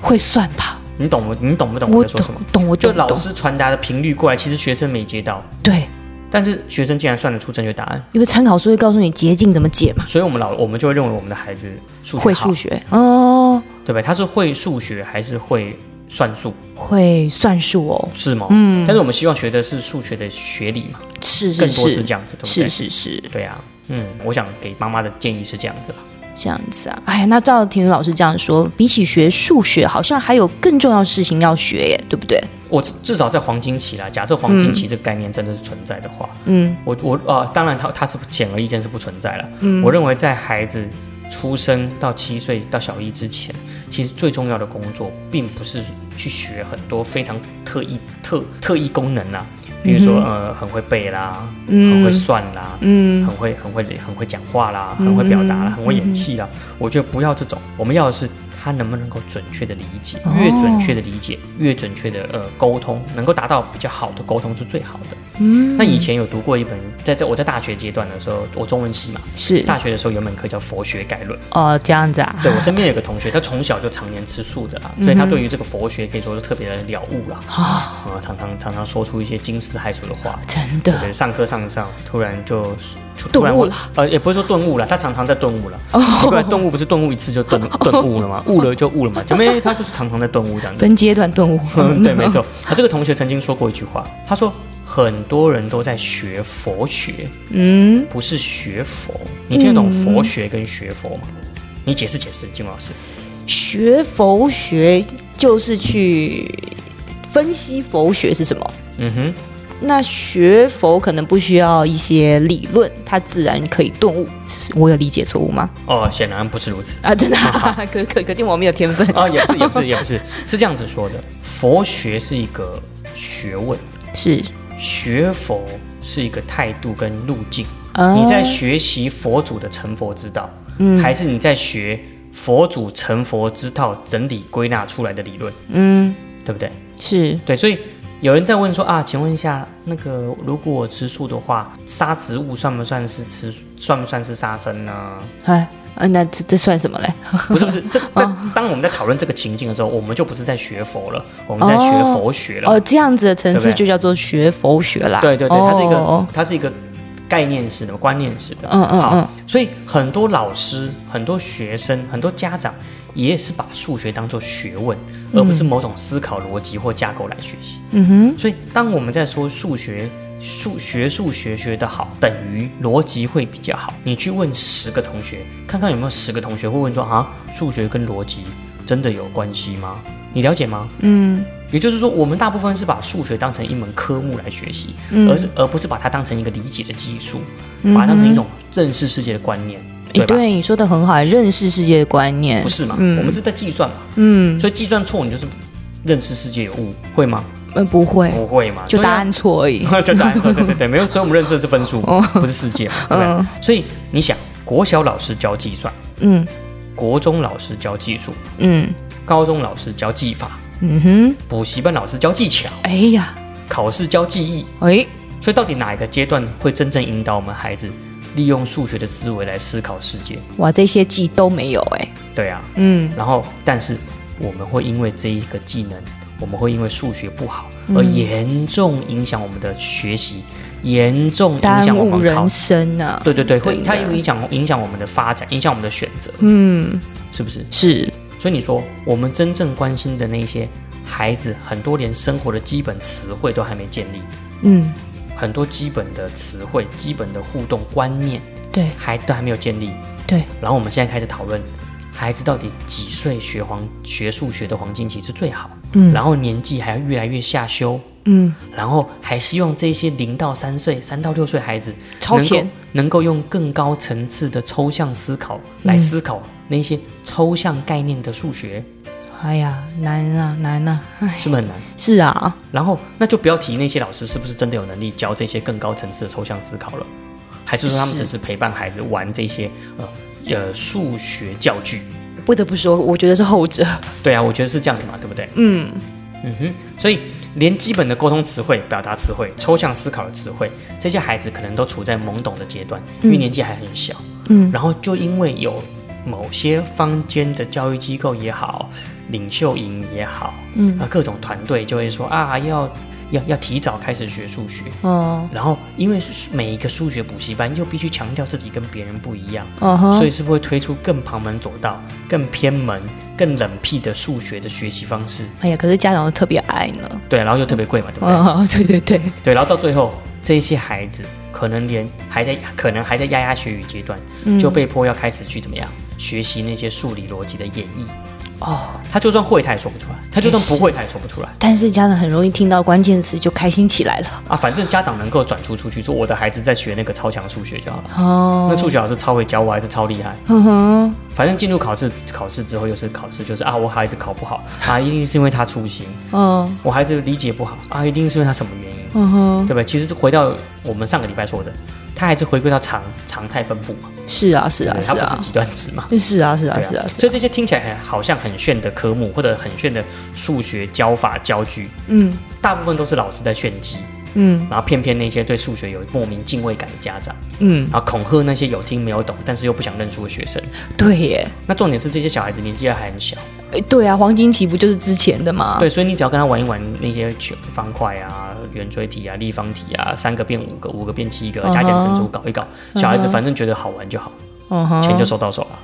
[SPEAKER 1] 会算吧？
[SPEAKER 3] 你懂不？你懂不懂我
[SPEAKER 1] 我
[SPEAKER 3] 在说什么
[SPEAKER 1] 懂？，懂我
[SPEAKER 3] 就
[SPEAKER 1] 懂
[SPEAKER 3] 老
[SPEAKER 1] 懂。
[SPEAKER 3] 师传达的频率过来，其实学生没接到，
[SPEAKER 1] 对，
[SPEAKER 3] 但是学生竟然算得出正确答案。
[SPEAKER 1] 因为参考书会告诉你捷径怎么解嘛，
[SPEAKER 3] 所以我们老我们就会认为我们的孩子数学
[SPEAKER 1] 会
[SPEAKER 3] 好
[SPEAKER 1] 数学哦，
[SPEAKER 3] 对吧？他是会数学还是会算术
[SPEAKER 1] 会算术哦，
[SPEAKER 3] 是吗？嗯。但是我们希望学的是数学的学理嘛，
[SPEAKER 1] 是
[SPEAKER 3] 更
[SPEAKER 1] 是
[SPEAKER 3] 多是
[SPEAKER 1] 是
[SPEAKER 3] 这样子，对不
[SPEAKER 1] 是
[SPEAKER 3] 对？
[SPEAKER 1] 是是
[SPEAKER 3] 对啊，嗯，我想给妈妈的建议是这样子啦。
[SPEAKER 1] 这样子啊。哎，那照体育老师这样说，比起学数学，好像还有更重要的事情要学耶，对不对？
[SPEAKER 3] 我至至少在黄金期啦，假设黄金期这个概念真的是存在的话，
[SPEAKER 1] 嗯，
[SPEAKER 3] 我我啊、当然它它是显而易见是不存在了。嗯，我认为在孩子出生到七岁到小一之前，其实最重要的工作，并不是去学很多非常特异特特异功能啦，比如说、呃很会背啦，很会算啦，嗯，很会很会很会讲话啦，很会表达啦，很会演戏啦。我觉得不要这种，我们要的是。他能不能够准确的理解？越准确的理解，越准确的呃沟通，能够达到比较好的沟通是最好的。那以前有读过一本，在在我在大学阶段的时候，我中文系嘛，
[SPEAKER 1] 是
[SPEAKER 3] 大学的时候有本课叫《佛学概论》。
[SPEAKER 1] 哦，这样子啊。
[SPEAKER 3] 对我身边有个同学，他从小就常年吃素的啦，所以他对于这个佛学可以说是特别的了悟啦，
[SPEAKER 1] 嗯啊，
[SPEAKER 3] 啊、常常常常说出一些惊世骇俗的话。
[SPEAKER 1] 真
[SPEAKER 3] 对
[SPEAKER 1] 的
[SPEAKER 3] 对，上课上上，突然就就
[SPEAKER 1] 顿
[SPEAKER 3] 突然
[SPEAKER 1] 悟
[SPEAKER 3] 会
[SPEAKER 1] 了，哦
[SPEAKER 3] 呃，也不是说顿悟了，他常常在顿悟了。奇怪，顿悟不是顿悟一次 就顿顿悟了吗？悟了就悟了嘛，就没他就是常常在顿悟这样 子。
[SPEAKER 1] 分阶段 顿悟。
[SPEAKER 3] 嗯，对，没错。他这个同学曾经说过一句话，他说很多人都在学佛学，
[SPEAKER 1] 嗯，
[SPEAKER 3] 不是学佛。你听得懂佛学跟学佛吗？你解释解释，金老师。
[SPEAKER 2] 学佛学就是去分析佛学是什么。
[SPEAKER 3] 嗯哼，
[SPEAKER 2] 那学佛可能不需要一些理论，它自然可以顿悟。是我有理解错误吗？
[SPEAKER 3] 哦，显然不是如 此。
[SPEAKER 2] 啊，真的、啊，可可可见我没有天 分。
[SPEAKER 3] 啊、也不是，也不是，也不是，是这样子说的。佛学是一个学问，
[SPEAKER 2] 是
[SPEAKER 3] 学佛是一个态度跟路径。
[SPEAKER 2] 哦
[SPEAKER 3] 你在学习佛祖的成佛之道，还是你在学佛祖成佛之道整理归纳出来的理论？嗯，对不对？
[SPEAKER 2] 是，
[SPEAKER 3] 对，所以有人在问说啊，请问一下，那个如果我吃素的话，杀植物算不算是吃，算不算是杀生 呢？
[SPEAKER 2] 哎，啊，那这这算什么嘞？
[SPEAKER 3] 不是不是，这
[SPEAKER 2] 哦
[SPEAKER 3] 这当我们在讨论这个情境的时候，我们就不是在学佛了，我们在学佛学了。
[SPEAKER 2] 哦，这样子的层
[SPEAKER 3] 对
[SPEAKER 2] 次
[SPEAKER 3] 不对
[SPEAKER 2] 就叫做学佛学啦。
[SPEAKER 3] 对对对，它是一个、
[SPEAKER 2] 哦
[SPEAKER 3] 它是一个概念式的、观念
[SPEAKER 1] 哦
[SPEAKER 3] 式的。
[SPEAKER 2] 嗯嗯
[SPEAKER 3] 好，所以很多老师、很多学生、很多家长也是把数学当做学问，而不
[SPEAKER 2] 嗯
[SPEAKER 3] 是某种思考逻辑或架构来学习。嗯哼。所以当我们在说数学。数学数学学得好，等于逻辑会比较好。你去问十个同学，看看有没有十个同学会问说啊，数学跟逻辑真的有关系吗？你了解吗？
[SPEAKER 1] 嗯
[SPEAKER 3] 也就是说，我们大部分是把数学当成一门科目来学习，
[SPEAKER 1] 嗯
[SPEAKER 3] 而是而不是把它当成一个理解的基础，把它当成一种认识世界的观念，
[SPEAKER 1] 诶
[SPEAKER 3] 对吧？
[SPEAKER 1] 对，你说的很好，认识世界的观念
[SPEAKER 3] 不是嘛？
[SPEAKER 1] 嗯
[SPEAKER 3] 我们是在计算嘛，
[SPEAKER 1] 嗯，
[SPEAKER 3] 所以计算错你就是认识世界有误，会吗？
[SPEAKER 1] 呃，不会，
[SPEAKER 3] 不会嘛？
[SPEAKER 1] 就
[SPEAKER 3] 对啊
[SPEAKER 1] 答案错而已。
[SPEAKER 3] 就答案错，对对对，没有，所以我们认识的是分数，不是世界嘛，对不对
[SPEAKER 1] 嗯
[SPEAKER 3] 所以你想，国小老师教计算，
[SPEAKER 1] 嗯
[SPEAKER 3] 国中老师教技术，
[SPEAKER 1] 嗯
[SPEAKER 3] 高中老师教技法，
[SPEAKER 1] 嗯哼，
[SPEAKER 3] 补习班老师教技巧，
[SPEAKER 1] 哎呀，
[SPEAKER 3] 考试教记忆。
[SPEAKER 1] 哎，
[SPEAKER 3] 所以，到底哪一个阶段会真正引导我们孩子利用数学的思维来思考世界？
[SPEAKER 1] 哇，这些技都没有哎、
[SPEAKER 3] 对啊，
[SPEAKER 1] 嗯
[SPEAKER 3] 然后，但是我们会因为这一个技能，我们会因为数学不好而严重影响我们的学习，严重影
[SPEAKER 1] 耽
[SPEAKER 3] 响我
[SPEAKER 1] 误
[SPEAKER 3] 们考
[SPEAKER 1] 人
[SPEAKER 3] 试。
[SPEAKER 1] 生啊。
[SPEAKER 3] 对对对，会
[SPEAKER 1] 真的
[SPEAKER 3] 它有影响影响我们的发展，影响我们的选择，
[SPEAKER 1] 嗯，
[SPEAKER 3] 是不是？
[SPEAKER 1] 是，
[SPEAKER 3] 所以你说，我们真正关心的那些孩子，很多连生活的基本词汇都还没建立，
[SPEAKER 1] 嗯，
[SPEAKER 3] 很多基本的词汇、基本的互动观念，
[SPEAKER 1] 对
[SPEAKER 3] 孩子都还没有建立。
[SPEAKER 1] 对，
[SPEAKER 3] 然后我们现在开始讨论，孩子到底几岁学黄学数学的黄金期是最好？嗯，然后年纪还要越来越下修，
[SPEAKER 1] 嗯，
[SPEAKER 3] 然后还希望这些零到三岁、三到六岁孩子
[SPEAKER 1] 超前
[SPEAKER 3] 能够能够用更高层次的抽象思考来思考那些抽象概念的数学，
[SPEAKER 1] 哎呀，难啊难啊，哎，
[SPEAKER 3] 是不是很难？
[SPEAKER 1] 是啊，
[SPEAKER 3] 然后那就不要提那些老师是不是真的有能力教这些更高层次的抽象思考了，还是说他们
[SPEAKER 1] 是
[SPEAKER 3] 只是陪伴孩子玩这些呃呃数学教具？
[SPEAKER 1] 不得不说，我觉得是后者。
[SPEAKER 3] 对啊，我觉得是这样子嘛，对不对？嗯嗯哼，所以连基本的沟通词汇、表达词汇、抽象思考的词汇，这些孩子可能都处在懵懂的阶段，因为年纪还很小。嗯，然后就因为有某些坊间的教育机构也好，领袖营也好，嗯，啊，各种团队就会说啊，要要要提早开始学数学。
[SPEAKER 1] 哦，
[SPEAKER 3] 然后，因为是每一个数学补习班又必须强调自己跟别人不一样，
[SPEAKER 1] 嗯哼，
[SPEAKER 3] 所以是不是会推出更旁门左道、更偏门、更冷僻的数学的学习方式？
[SPEAKER 1] 哎呀，可是家长都特别爱呢。
[SPEAKER 3] 对，然后又特别贵嘛，对不对？
[SPEAKER 1] 哦， 对对对，
[SPEAKER 3] 对，然后到最后，这些孩子可能连还在可能还在牙牙学语阶段，
[SPEAKER 1] 嗯
[SPEAKER 3] 就被迫要开始去怎么样学习那些数理逻辑的演绎。
[SPEAKER 1] 哦，
[SPEAKER 3] 他就算会，他也说不出来；他就算不会，他也说不出来
[SPEAKER 1] 但是家长很容易听到关键词就开心起来了。
[SPEAKER 3] 啊。反正家长能够转出出去，说我的孩子在学那个超强数学就好了。
[SPEAKER 1] 哦，
[SPEAKER 3] 那数学老师超会教我，还是超厉害。
[SPEAKER 1] 嗯哼，
[SPEAKER 3] 反正进入考试，考试之后又是考试，就是啊，我孩子考不好啊，一定是因为他粗心。
[SPEAKER 1] 嗯
[SPEAKER 3] 我孩子理解不好啊，一定是因为他什么原因，
[SPEAKER 1] 嗯哼，
[SPEAKER 3] 对不对？其实是回到我们上个礼拜说的，他还是回归到常常态分布嘛，
[SPEAKER 1] 是啊是啊
[SPEAKER 3] 对
[SPEAKER 1] 是
[SPEAKER 3] 它不
[SPEAKER 1] 啊
[SPEAKER 3] 是，极端值嘛。
[SPEAKER 1] 是啊是啊
[SPEAKER 3] 对
[SPEAKER 1] 是啊是
[SPEAKER 3] 所
[SPEAKER 1] 啊，
[SPEAKER 3] 以这些听起来很好像很炫的科目或者很炫的数学教法教具，
[SPEAKER 1] 嗯
[SPEAKER 3] 大部分都是老师在炫技，
[SPEAKER 1] 嗯
[SPEAKER 3] 然后骗骗那些对数学有莫名敬畏感的家长，
[SPEAKER 1] 嗯，
[SPEAKER 3] 然后恐吓那些有听没有懂但是又不想认输的学生。
[SPEAKER 1] 对耶，
[SPEAKER 3] 那重点是这些小孩子年纪还很小，
[SPEAKER 1] 哎对啊，黄金期不就是之前的吗？
[SPEAKER 3] 啊对，所以你只要跟他玩一玩那些球方块啊、圆锥体啊、立方体啊，三个变五个，五个变七个，加减乘除搞一搞，小孩子反正觉得好玩就好，
[SPEAKER 1] 嗯哼，
[SPEAKER 3] 钱就收到手了。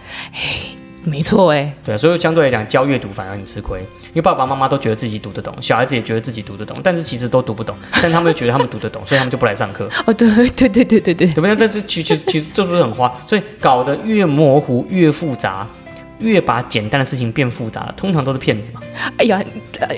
[SPEAKER 1] 没错哎，
[SPEAKER 3] 对，啊所以相对来讲，教阅读反而很吃亏，因为爸爸妈妈都觉得自己读得懂，小孩子也觉得自己读得懂， 但是其实都读不懂，但他们又觉得他们读得懂，所以他们就不来上课，
[SPEAKER 1] 哦对对对对对对
[SPEAKER 3] 对，不对？但是其实其实这不是很花，所以搞得越模糊越复杂。越把简单的事情变复杂，通常都是骗子嘛。
[SPEAKER 1] 哎呀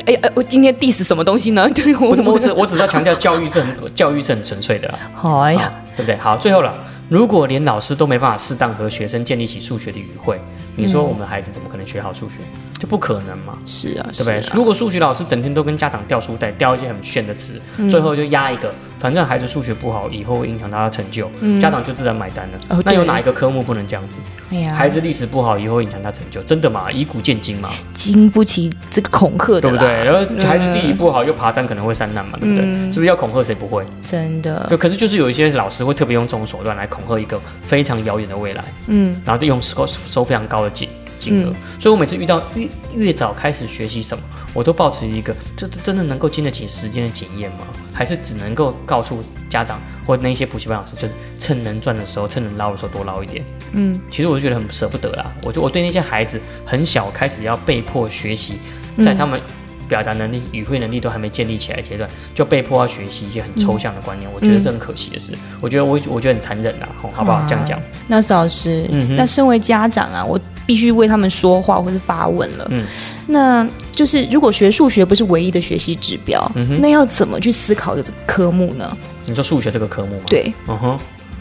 [SPEAKER 1] 哎呀，我今天 diss 什么东西呢？ 对我
[SPEAKER 3] 我我只我只是要强调，教育是很教育是很纯粹的啦。啊
[SPEAKER 1] 哎呀，
[SPEAKER 3] 好对不对？好，最后了，如果连老师都没办法适当和学生建立起数学的语汇，你
[SPEAKER 1] 嗯
[SPEAKER 3] 说我们孩子怎么可能学好数学？就不可能嘛，
[SPEAKER 1] 是啊
[SPEAKER 3] 对
[SPEAKER 1] 是
[SPEAKER 3] 不对？
[SPEAKER 1] 啊，
[SPEAKER 3] 如果数学老师整天都跟家长掉书袋，掉一些很炫的词，
[SPEAKER 1] 嗯
[SPEAKER 3] 最后就压一个，反正孩子数学不好，以后会影响到他的成就，家长就自然买单了。
[SPEAKER 1] 嗯哦
[SPEAKER 3] 那有
[SPEAKER 1] 对
[SPEAKER 3] 哪一个科目不能这样子？
[SPEAKER 1] 哎呀，
[SPEAKER 3] 孩子历史不好，以后会影响他成就，真的嘛？以古鉴今嘛，
[SPEAKER 1] 经不起这个恐吓
[SPEAKER 3] 对
[SPEAKER 1] 的啦，
[SPEAKER 3] 不
[SPEAKER 1] 嗯
[SPEAKER 3] 对？然后孩子地理不好，又爬山可能会山难嘛，对不对？是不是要恐吓谁不会？
[SPEAKER 1] 真的，
[SPEAKER 3] 对，可是就是有一些老师会特别用这种手段来恐吓一个非常遥远的未来，
[SPEAKER 1] 嗯，
[SPEAKER 3] 然后就用收收非常高的金金额，所以我每次遇到越越早开始学习什么，我都保持一个这这真的能够经得起时间的检验吗？还是只能够告诉家长或那些补习班老师，就是趁能赚的时候，趁能捞的时候多捞一点。嗯，其实我就觉得很舍不得啦，我就我对那些孩子很小开始要被迫学习，在他们。表达能力、语汇能力都还没建立起来的阶段，就被迫要学习一些很抽象的观念，我觉得是很可惜的事。我觉得我我觉得很残忍啦，吼好不好？这样讲，
[SPEAKER 1] 那是老师，
[SPEAKER 3] 嗯哼
[SPEAKER 1] 那身为家长啊，我必须为他们说话或是发问了。
[SPEAKER 3] 嗯
[SPEAKER 1] 那就是如果学数学不是唯一的学习指标，
[SPEAKER 3] 嗯
[SPEAKER 1] 那要怎么去思考这个科目呢？
[SPEAKER 3] 你说数学这个科目吗？，
[SPEAKER 1] 对，
[SPEAKER 3] 嗯哼，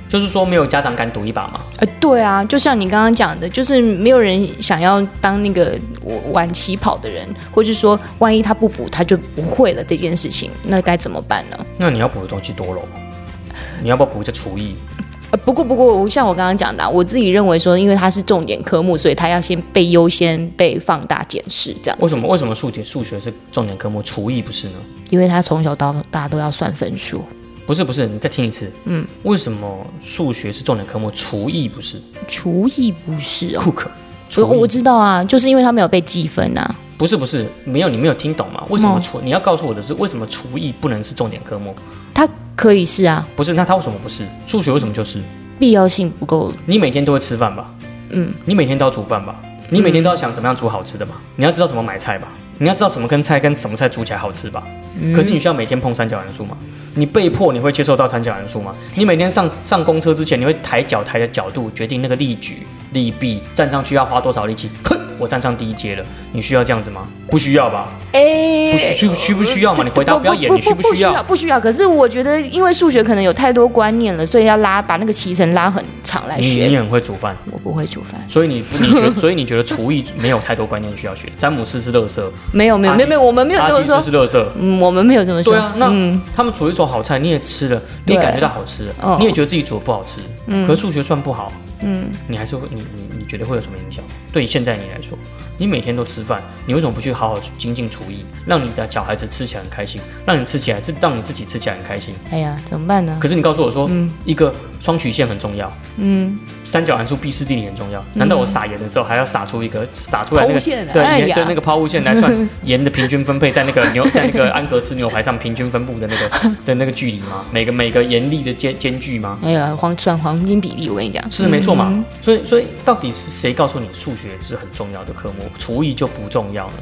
[SPEAKER 3] 就是说没有家长敢赌一把嘛。
[SPEAKER 1] 呃，对啊，就像你刚刚讲的，就是没有人想要当那个晚起跑的人，或是说万一他不补，他就不会了这件事情，那该怎么办呢？
[SPEAKER 3] 那你要补的东西多喽，你要不要补一个厨艺？
[SPEAKER 2] 呃，不过不过，我像我刚刚讲的啊、我自己认为说，因为它是重点科目，所以它要先被优先被放大检视，这样，
[SPEAKER 3] 为什么为什么数学数学是重点科目，厨艺不是呢？
[SPEAKER 2] 因为它从小到大都要算分数，
[SPEAKER 3] 不是不是，你再听一次。嗯，为什么数学是重点科目，厨艺不是
[SPEAKER 2] 厨艺不是哦。
[SPEAKER 3] ？Cook，
[SPEAKER 2] 我
[SPEAKER 3] 厨
[SPEAKER 2] 我
[SPEAKER 3] 艺
[SPEAKER 2] 知道啊，就是因为它没有被计分啊。
[SPEAKER 3] 不是不是，没有你没有听懂吗？为什么
[SPEAKER 2] 嗯
[SPEAKER 3] 厨？你要告诉我的是，为什么厨艺不能是重点科目？
[SPEAKER 2] 它可以是啊，
[SPEAKER 3] 不是，那它为什么不是？数学为什么就是？
[SPEAKER 2] 必要性不够。
[SPEAKER 3] 你每天都会吃饭吧？嗯，你每天都要煮饭吧？你每天都要想怎么样煮好吃的
[SPEAKER 2] 嗯
[SPEAKER 3] 吧？你要知道怎么买菜吧？你要知道什么跟菜跟什么菜煮起来好吃吧？
[SPEAKER 2] 嗯
[SPEAKER 3] 可是你需要每天碰三角函数吗？你被迫你会接受到三角函数吗？你每天上上公车之前，你会抬脚抬的角度决定那个力矩、力臂，站上去要花多少力气？哼，我站上第一阶了，你需要这样子吗？不需要吧？
[SPEAKER 2] 哎
[SPEAKER 3] 不需需需不需要嘛？你回答不要演，你需
[SPEAKER 2] 不
[SPEAKER 3] 不需要？
[SPEAKER 2] 不需要。可是我觉得，因为数学可能有太多观念了，所以要拉把那个脐橙拉很长来
[SPEAKER 3] 你你
[SPEAKER 2] 学。
[SPEAKER 3] 很会煮饭，
[SPEAKER 2] 我不会煮饭，
[SPEAKER 3] 所以 你你觉所以你觉得厨艺没有太多观念需要学？詹姆斯是乐色，
[SPEAKER 2] 没有没有
[SPEAKER 3] 阿
[SPEAKER 2] 没有
[SPEAKER 3] 基
[SPEAKER 2] 没有，我们没有
[SPEAKER 3] 阿
[SPEAKER 2] 这么
[SPEAKER 3] 基斯
[SPEAKER 2] 说
[SPEAKER 3] 啊是，乐色。
[SPEAKER 2] 嗯，我们没有这么说。嗯
[SPEAKER 3] 对啊，那他们煮一手好菜，你也吃了，你也感觉到好吃
[SPEAKER 2] 哦
[SPEAKER 3] 了，你也觉得自己煮的不好吃，可是数学算不好，嗯，你还是会，你你你觉得会有什么影响？对你现在你来说，你每天都吃饭，你为什么不去好好精进厨艺，让你的小孩子吃起来很开心，让你吃起来，这让你自己吃起来很开心？
[SPEAKER 2] 哎呀，怎么办呢？
[SPEAKER 3] 可是你告诉我说，一个双曲线很重要，嗯，三角函数毕氏定理很重要。难道我撒盐的时候还要撒出一个撒出来那
[SPEAKER 2] 抛物
[SPEAKER 3] 个
[SPEAKER 2] 线啊
[SPEAKER 3] 对
[SPEAKER 2] 哎
[SPEAKER 3] 盐
[SPEAKER 2] 呀
[SPEAKER 3] 对那个抛物线来算盐的平均分配在那个 牛在那个安格斯牛排上平均分布的那个的那个距离吗？每个每个盐粒的间间距吗？
[SPEAKER 2] 哎呀，黄算黄金比例，我跟你讲，
[SPEAKER 3] 是没错嘛，所以所以到底是谁告诉你数学是很重要的科目，厨艺就不重要呢？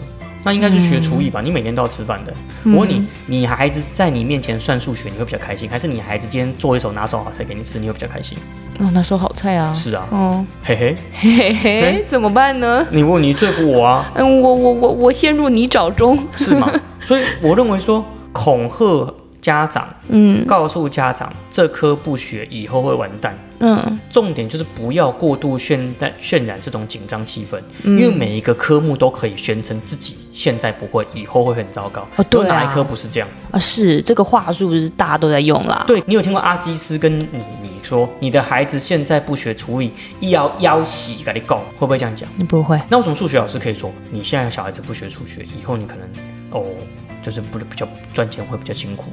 [SPEAKER 3] 那应该是学厨艺吧，你每天都要吃饭的。我问你，你孩子在你面前算数学，你会比较开心，还是你孩子今天做一手拿手好菜给你吃，你会比较开心？
[SPEAKER 2] 哦，那时候好菜啊，
[SPEAKER 3] 是哎啊，
[SPEAKER 2] 哦，
[SPEAKER 3] 嘿嘿，
[SPEAKER 2] 嘿嘿，怎么办呢？
[SPEAKER 3] 你问你说服我啊，
[SPEAKER 2] 嗯，我我我我陷入泥沼中，
[SPEAKER 3] 是吗？ 所以我认为说恐吓家长，嗯，告诉家长这科不学以后会完蛋，
[SPEAKER 1] 嗯，
[SPEAKER 3] 重点就是不要过度渲染渲染这种紧张气氛，因为每一个科目都可以宣称自己现在不会，以后会很糟糕。
[SPEAKER 1] 哦对啊
[SPEAKER 3] 有哪一科不是这样？
[SPEAKER 1] 啊，是这个话术是大家都在用啦。
[SPEAKER 3] 对你有听过阿基斯跟你你说你的孩子现在不学厨艺，一要要洗跟你讲，会不会这样讲？
[SPEAKER 1] 你不会，
[SPEAKER 3] 那为什么数学老师可以说你现在小孩子不学数学，以后你可能哦，就是不比较赚钱会比较辛苦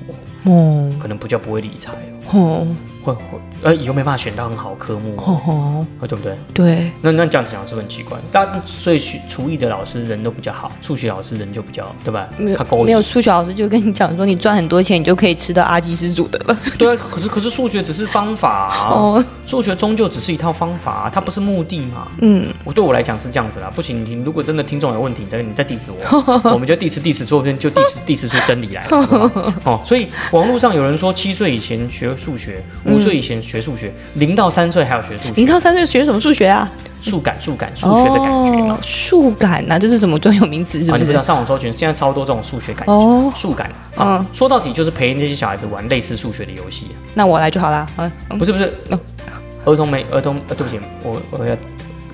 [SPEAKER 3] 哦，
[SPEAKER 1] 哦
[SPEAKER 3] 可能比较不会理财哦，
[SPEAKER 1] 吼
[SPEAKER 3] 会会呃以后没办法选到很好的科目
[SPEAKER 1] 吼
[SPEAKER 3] 哦，
[SPEAKER 1] 吼，
[SPEAKER 3] 哦对不对？
[SPEAKER 1] 对，
[SPEAKER 3] 那那这样子讲是不是很奇怪？但所以学厨艺的老师人都比较好，数学老师人就比较对吧？
[SPEAKER 1] 没
[SPEAKER 3] 他
[SPEAKER 1] 有
[SPEAKER 3] 勾
[SPEAKER 1] 没有，数学老师就跟你讲说，你赚很多钱，你就可以吃到阿基师煮的了。
[SPEAKER 3] 对啊。可是可是数学只是方法、啊，
[SPEAKER 1] 哦
[SPEAKER 3] 数学终究只是一套方法、啊，它不是目的嘛。嗯，我对我来讲是这样子啦。不行，你如果真的听众有问题，你再你再 diss 我，我们就 diss diss，说不定就 diss diss 出真理来了。好不好哦，所以网络上有人说七岁以前学数学，五岁以前学数学，零到三岁还有学数
[SPEAKER 1] 零
[SPEAKER 3] 学，
[SPEAKER 1] 到三岁学什么数学啊？
[SPEAKER 3] 数感数感数学的感觉嘛
[SPEAKER 1] 哦。数感呐、这是什么专有名词？是
[SPEAKER 3] 啊，
[SPEAKER 1] 不
[SPEAKER 3] 你知
[SPEAKER 1] 是？
[SPEAKER 3] 道上网搜寻，现在超多这种数学感
[SPEAKER 1] 哦嗯
[SPEAKER 3] 觉、数感。啊，说到底就是陪那些小孩子玩类似数学的游戏啊，
[SPEAKER 1] 那我来就好啦。啊，嗯
[SPEAKER 3] 不是不是，儿童美儿童呃，对不起，我我要。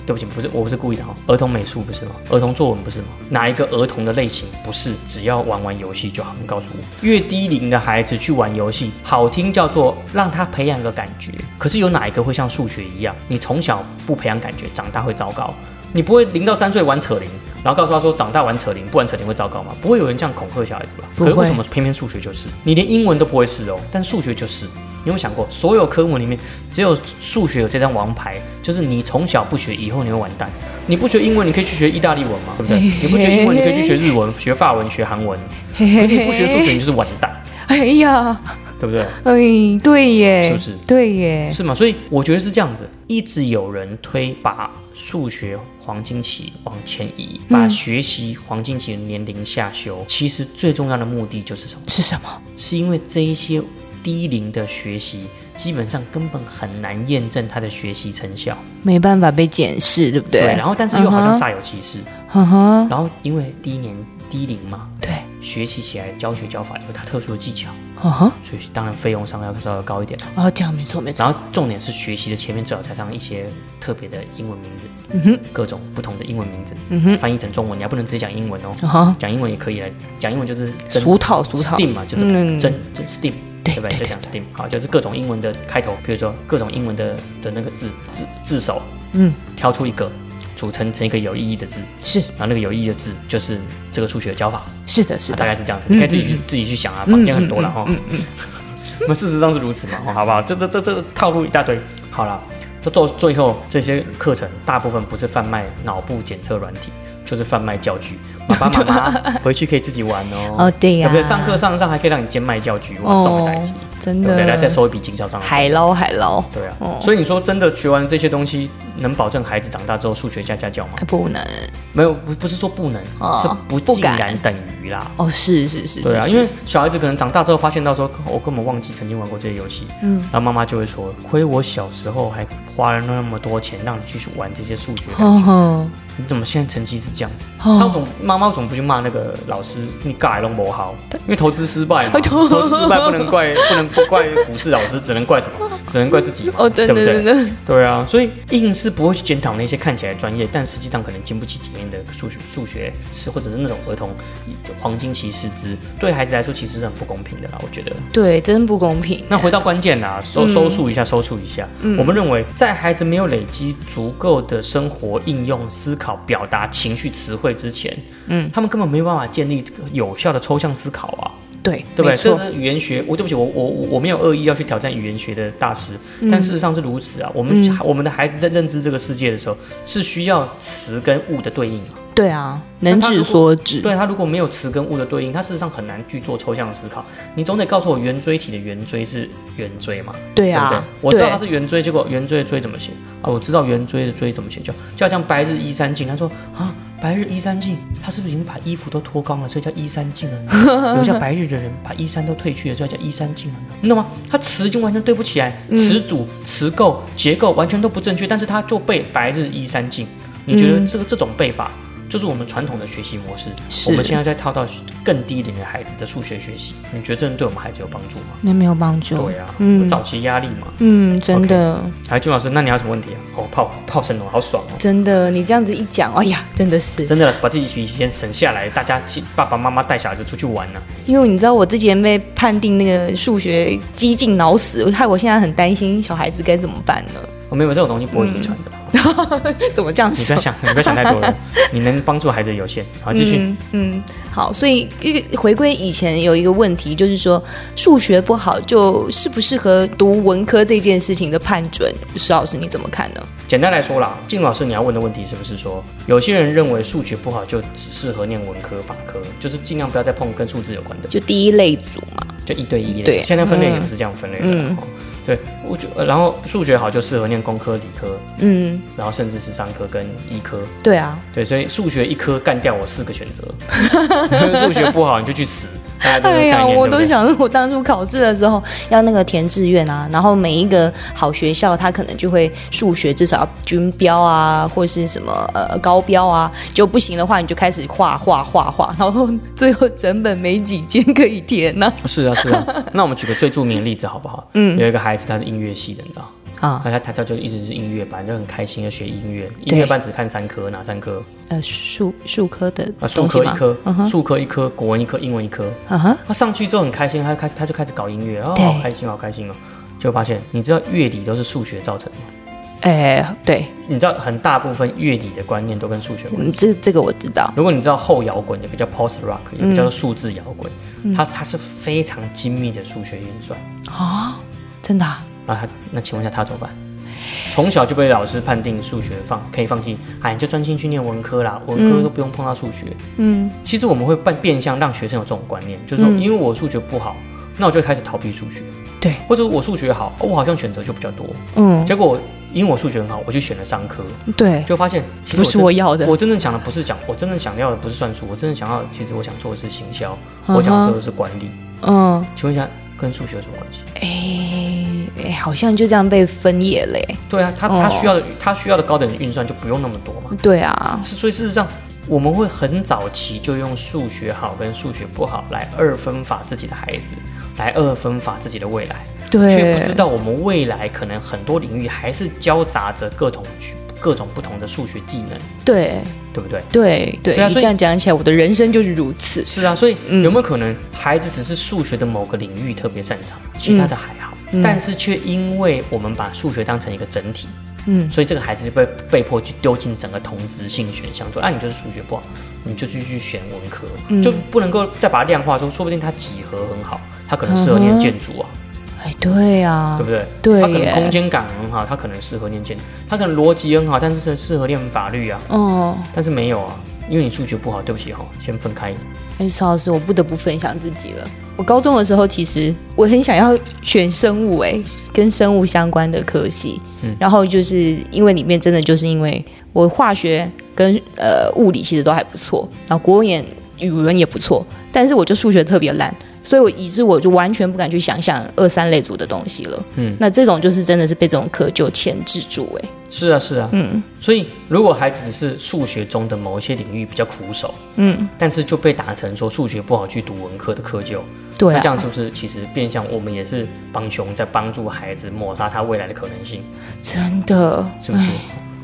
[SPEAKER 3] 对不起，不是，我不是故意的哈。儿童美术不是吗？儿童作文不是吗？哪一个儿童的类型不是？只要玩玩游戏就好。你告诉我，越低龄的孩子去玩游戏，好听叫做让他培养个感觉。可是有哪一个会像数学一样，你从小不培养感觉，长大会糟糕？你不会零到三岁玩扯铃，然后告诉他说长大玩扯铃，不玩扯铃会糟糕吗？不会有人这样恐吓小孩子吧？
[SPEAKER 2] 不
[SPEAKER 3] 可
[SPEAKER 2] 会
[SPEAKER 3] 是为什么偏偏数学就是？你连英文都不会是哦，但数学就是。你有没有想过，所有科目里面只有数学有这张王牌，就是你从小不学，以后你会完蛋。你不学英文，你可以去学意大利文嘛，对不对？你不学英文，你可以去学日文、学法文、学韩文。可是你不学数学，你就是完蛋。
[SPEAKER 1] 哎呀，
[SPEAKER 3] 对不对？
[SPEAKER 2] 哎，对耶，
[SPEAKER 3] 是不是
[SPEAKER 2] 对耶，
[SPEAKER 3] 是吗？所以我觉得是这样子，一直有人推把数学黄金期往前移，
[SPEAKER 2] 嗯
[SPEAKER 3] 把学习黄金期的年龄下修。其实最重要的目的就是什么？
[SPEAKER 2] 是什么？
[SPEAKER 3] 是因为这一些低龄的学习，基本上根本很难验证他的学习成效。
[SPEAKER 2] 没办法被检视，对不对？
[SPEAKER 1] 啊
[SPEAKER 3] 然后但是又好像煞有其事。
[SPEAKER 2] 嗯哼，
[SPEAKER 3] 然后因为低年低龄嘛，
[SPEAKER 2] 对，
[SPEAKER 3] 学习起来教学教法有它特殊的技巧，
[SPEAKER 1] 啊
[SPEAKER 2] 嗯哼，
[SPEAKER 3] 所以当然费用上要稍微高一点。
[SPEAKER 2] 哦，这样没错没错，
[SPEAKER 3] 然后重点是学习的前面最好加上一些特别的英文名字，
[SPEAKER 2] 嗯
[SPEAKER 3] 各种不同的英文名字，翻译成中文，你还不能直接讲英文
[SPEAKER 2] 啊
[SPEAKER 3] 哦，
[SPEAKER 2] 哈，
[SPEAKER 3] 讲英文也可以了，讲英文就是真
[SPEAKER 2] 俗套俗套
[SPEAKER 3] STEAM 嘛，就是
[SPEAKER 2] 嗯
[SPEAKER 3] 真真 STEAM。
[SPEAKER 2] 对
[SPEAKER 3] 对不
[SPEAKER 2] 对
[SPEAKER 3] 对？就讲 STEAM，好，就是各种英文的开头，比如说各种英文的的那个字字字首，
[SPEAKER 2] 嗯，
[SPEAKER 3] 挑出一个，组成成一个有意义的字，
[SPEAKER 2] 是
[SPEAKER 3] 然后那个有意义的字就是这个数学的教法，
[SPEAKER 2] 是的是的，
[SPEAKER 3] 大概是这样子，你可以自己
[SPEAKER 1] 嗯
[SPEAKER 3] 去自己去想啊，房间很多了哈。 那么事实上是如此嘛，哦好不好？这这这这套路一大堆，好了，这做最后这些课程大部分不是贩卖脑部检测软体，就是贩卖教具。爸爸 妈妈回去可以自己玩哦。
[SPEAKER 1] 哦对呀哦
[SPEAKER 3] 对不对？上课上上还可以让你兼卖教具，我送给代机，
[SPEAKER 1] 真
[SPEAKER 3] 对不对？来再
[SPEAKER 1] 的，哦
[SPEAKER 3] 收一笔经销商的费
[SPEAKER 1] 海捞海捞，
[SPEAKER 3] 对啊，所以你说真的学完这些东西，能保证孩子长大之后数学家家教吗？
[SPEAKER 1] 不能
[SPEAKER 3] 没有，不不是说不能，
[SPEAKER 1] 呃哦
[SPEAKER 3] 是不
[SPEAKER 1] 不
[SPEAKER 3] 竟
[SPEAKER 1] 敢
[SPEAKER 3] 然等于啦。
[SPEAKER 1] 哦，是是是，
[SPEAKER 3] 对啊，因为小孩子可能长大之后发现到说，哦我根本忘记曾经玩过这些游戏，嗯，然后妈妈就会说，亏我小时候还花了那么多钱让你去玩这些数学，
[SPEAKER 1] 哦吼，
[SPEAKER 3] 你怎么现在成绩是这样子？他总妈妈总不去骂那个老师，你干弄不好，因为投资失败嘛， 投资失败不能怪 不能不怪股市老师，只能怪什 么？只能怪自己嘛，
[SPEAKER 2] 哦，真
[SPEAKER 3] 对
[SPEAKER 2] 的
[SPEAKER 3] 不对？
[SPEAKER 2] 真的，
[SPEAKER 3] 对啊，所以硬是不会去检讨那些看起来专业，但实际上可能经不起检验的数学数学是或者是那种儿童黄金期师资，对孩子来说其实是很不公平的啦，我觉得。
[SPEAKER 1] 对，真不公平。
[SPEAKER 3] 那回到关键啦，收收束一下，收束一下。我们认为，在孩子没有累积足够的生活应用、思考、表达、情绪词汇之前，嗯，他们根本没有办法建立有效的抽象思考啊。
[SPEAKER 2] 对
[SPEAKER 3] 对不对？
[SPEAKER 2] 没
[SPEAKER 3] 这
[SPEAKER 2] 错，
[SPEAKER 3] 是语言学，我对不起，我我我我没有恶意要去挑战语言学的大师，但事实上是如此啊。我们、我们的孩子在认知这个世界的时候，是需要词跟物的对应啊。
[SPEAKER 1] 对啊，能
[SPEAKER 3] 那他
[SPEAKER 1] 指
[SPEAKER 3] 如果
[SPEAKER 1] 所指，
[SPEAKER 3] 对他如果没有词跟物的对应，他事实上很难去做抽象的思考。你总得告诉我圆锥体的圆锥是圆锥嘛？
[SPEAKER 1] 对
[SPEAKER 3] 对不对
[SPEAKER 1] 啊？，
[SPEAKER 3] 我知道
[SPEAKER 1] 对
[SPEAKER 3] 它是圆锥，结果圆锥的锥怎么写啊？我知道圆锥的锥怎么写，就就好像白日依山尽，他说啊，白日依山尽，他是不是已经把衣服都脱光了，所以叫依山尽了 呢？留下白日的人把衣衫都褪去了，所以叫依山尽了呢？你懂吗？他词已经完全对不起来，
[SPEAKER 1] 嗯
[SPEAKER 3] 词组、词构、结构完全都不正确，但是他就背白日依山尽。你觉
[SPEAKER 1] 嗯
[SPEAKER 3] 得这个这种背法？就是我们传统的学习模式，
[SPEAKER 1] 是
[SPEAKER 3] 我们现在在套到更低龄的孩子的数学学习，你觉得这对我们孩子有帮助吗？
[SPEAKER 1] 那没有帮助。
[SPEAKER 3] 对啊，有早期压力嘛，
[SPEAKER 1] 嗯，真的
[SPEAKER 3] 哎，金老师，那你还有什么问题啊？哦，泡泡神龙好爽哦！
[SPEAKER 1] 真的，你这样子一讲，哎呀，真的是，
[SPEAKER 3] 真的把自己时间省下来，大家去爸爸妈妈带小孩子出去玩啊呢、
[SPEAKER 1] 因为你知道我之前被判定那个数学激进脑死，害我现在很担心小孩子该怎么办呢？
[SPEAKER 3] 我、哦、没有这种东西不会遗传的，
[SPEAKER 1] 嗯怎么这样
[SPEAKER 3] 你不
[SPEAKER 1] 说
[SPEAKER 3] 要？想，你不要想太多了，你能帮助孩子有限。好，继续。
[SPEAKER 1] 嗯嗯，好，所以一个回归以前有一个问题，就是说数学不好就适不适合读文科这件事情的判准，石老师你怎么看呢？
[SPEAKER 3] 简单来说啦，静老师你要问的问题是不是说，有些人认为数学不好就只适合念文科、法科，就是尽量不要再碰跟数字有关的，
[SPEAKER 1] 就第一类组嘛，
[SPEAKER 3] 就一对一类。
[SPEAKER 1] 对嗯
[SPEAKER 3] 现在分类也不是这样分类的。哦对，我就、呃然后数学好就适合念工科、理科，
[SPEAKER 1] 嗯，
[SPEAKER 3] 然后甚至是商科跟医科。
[SPEAKER 1] 对啊，
[SPEAKER 3] 对，所以数学一科干掉我四个选择， 数学不好你就去死。大家都是
[SPEAKER 1] 哎呀，
[SPEAKER 3] 概念
[SPEAKER 1] 我
[SPEAKER 3] 对不
[SPEAKER 1] 都
[SPEAKER 3] 对
[SPEAKER 1] 想，我当初考试的时候要那个填志愿啊，然后每一个好学校，它可能就会数学至少要均标啊，或是什么呃高标啊，就不行的话，你就开始画画画画，然后最后整本没几间可以填呢、
[SPEAKER 3] 是啊是啊。那我们举个最著名的例子好不好？嗯，有一个孩子他是音乐系的，你知道。
[SPEAKER 1] 啊。
[SPEAKER 3] 那他他就一直是音乐班，就很开心的学音乐。音乐班只看三科，哪三科？
[SPEAKER 1] 呃，数数科的
[SPEAKER 3] 啊，数
[SPEAKER 1] 东西
[SPEAKER 3] 科一
[SPEAKER 1] 吗？
[SPEAKER 3] 科，数、科一科，国文一科，英文一科。
[SPEAKER 1] 啊哈，
[SPEAKER 3] 他上去之后很开心，他就开始他就开始搞音乐，哦，
[SPEAKER 1] 对
[SPEAKER 3] 好开心，好开心哦。就发现，你知道乐理都是数学造成的吗，
[SPEAKER 1] 哎，对，
[SPEAKER 3] 你知道很大部分乐理的观念都跟数学有关。
[SPEAKER 1] 嗯，这这个我知道，
[SPEAKER 3] 如果你知道后摇滚，也比较 post rock，也比较数字摇滚，
[SPEAKER 1] 嗯
[SPEAKER 3] 它它是非常精密的数学运算。
[SPEAKER 1] 真的啊、
[SPEAKER 3] 然后他，那请问一下他怎么办？从小就被老师判定数学放可以放弃，哎，你就专心去念文科啦，文科都不用
[SPEAKER 1] 嗯
[SPEAKER 3] 碰到数学。嗯，其实我们会变变相让学生有这种观念，就是说，因为我数学不好，那我就开始逃避数学，
[SPEAKER 1] 对，
[SPEAKER 3] 或者我数学好，哦我好像选择就比较多，
[SPEAKER 1] 嗯，
[SPEAKER 3] 结果因为我数学很好，我去选了商科，
[SPEAKER 1] 对，
[SPEAKER 3] 就发现其实
[SPEAKER 1] 不是
[SPEAKER 3] 真
[SPEAKER 1] 我要的
[SPEAKER 3] 我真正想的不是讲，我真正想要的不是算术，我真正想要的其实我想做的是行销，
[SPEAKER 1] 嗯哼
[SPEAKER 3] 我想做的是管理。
[SPEAKER 1] 嗯，
[SPEAKER 3] 请问一下，跟数学有什么关系？
[SPEAKER 2] 哎哎，好像就这样被分野嘞。
[SPEAKER 3] 对啊，他
[SPEAKER 2] 哦
[SPEAKER 3] 他需要的他需要的高等运算就不用那么多嘛。
[SPEAKER 2] 对啊，
[SPEAKER 3] 是所以事实上，我们会很早期就用数学好跟数学不好来二分法自己的孩子，来二分法自己的未来，却
[SPEAKER 2] 对，
[SPEAKER 3] 不知道我们未来可能很多领域还是交杂着各种各种不同的数学技能，
[SPEAKER 2] 对
[SPEAKER 3] 对不对？
[SPEAKER 2] 对对，
[SPEAKER 3] 对啊
[SPEAKER 2] 你
[SPEAKER 3] 所以
[SPEAKER 2] 这样讲起来，我的人生就是如此。
[SPEAKER 3] 是啊，所以
[SPEAKER 2] 嗯
[SPEAKER 3] 有没有可能孩子只是数学的某个领域特别擅长，
[SPEAKER 2] 嗯
[SPEAKER 3] 其他的还好，但是却因为我们把数学当成一个整体，
[SPEAKER 2] 嗯，
[SPEAKER 3] 所以这个孩子就被被迫去丢进整个同质性选项，说啊你就是数学不好，你就继续选文科，
[SPEAKER 2] 嗯
[SPEAKER 3] 就不能够再把它量化说，说不定他几何很好，他可能适合念建筑啊，
[SPEAKER 2] 哎，对啊
[SPEAKER 3] 对，不对？
[SPEAKER 2] 对
[SPEAKER 3] 他可能
[SPEAKER 2] 耶
[SPEAKER 3] 空间感很好，他可能适合念建，他可能逻辑很好，但是适合念法律啊，
[SPEAKER 2] 哦，
[SPEAKER 3] 但是没有啊，因为你数学不好，对不起哈、先分开。
[SPEAKER 2] 哎，邵老师，我不得不分享自己了。我高中的时候，其实我很想要选生物、哎，跟生物相关的科系。
[SPEAKER 3] 嗯
[SPEAKER 2] 然后就是因为里面真的就是因为我化学跟呃物理其实都还不错，然后国文也语文也不错，但是我就数学特别烂，所以我以致我就完全不敢去想象二三类组的东西了。
[SPEAKER 3] 嗯，
[SPEAKER 2] 那这种就是真的是被这种窠臼牵制住、哎，
[SPEAKER 3] 是啊，是啊，嗯，所以如果孩子只是数学中的某一些领域比较苦手，嗯，但是就被打成说数学不好去读文科的窠臼，
[SPEAKER 2] 对
[SPEAKER 3] 那这
[SPEAKER 2] 啊，
[SPEAKER 3] 样是不是其实变相我们也是帮凶，在帮助孩子抹杀他未来的可能性，
[SPEAKER 2] 真的，
[SPEAKER 3] 是不是？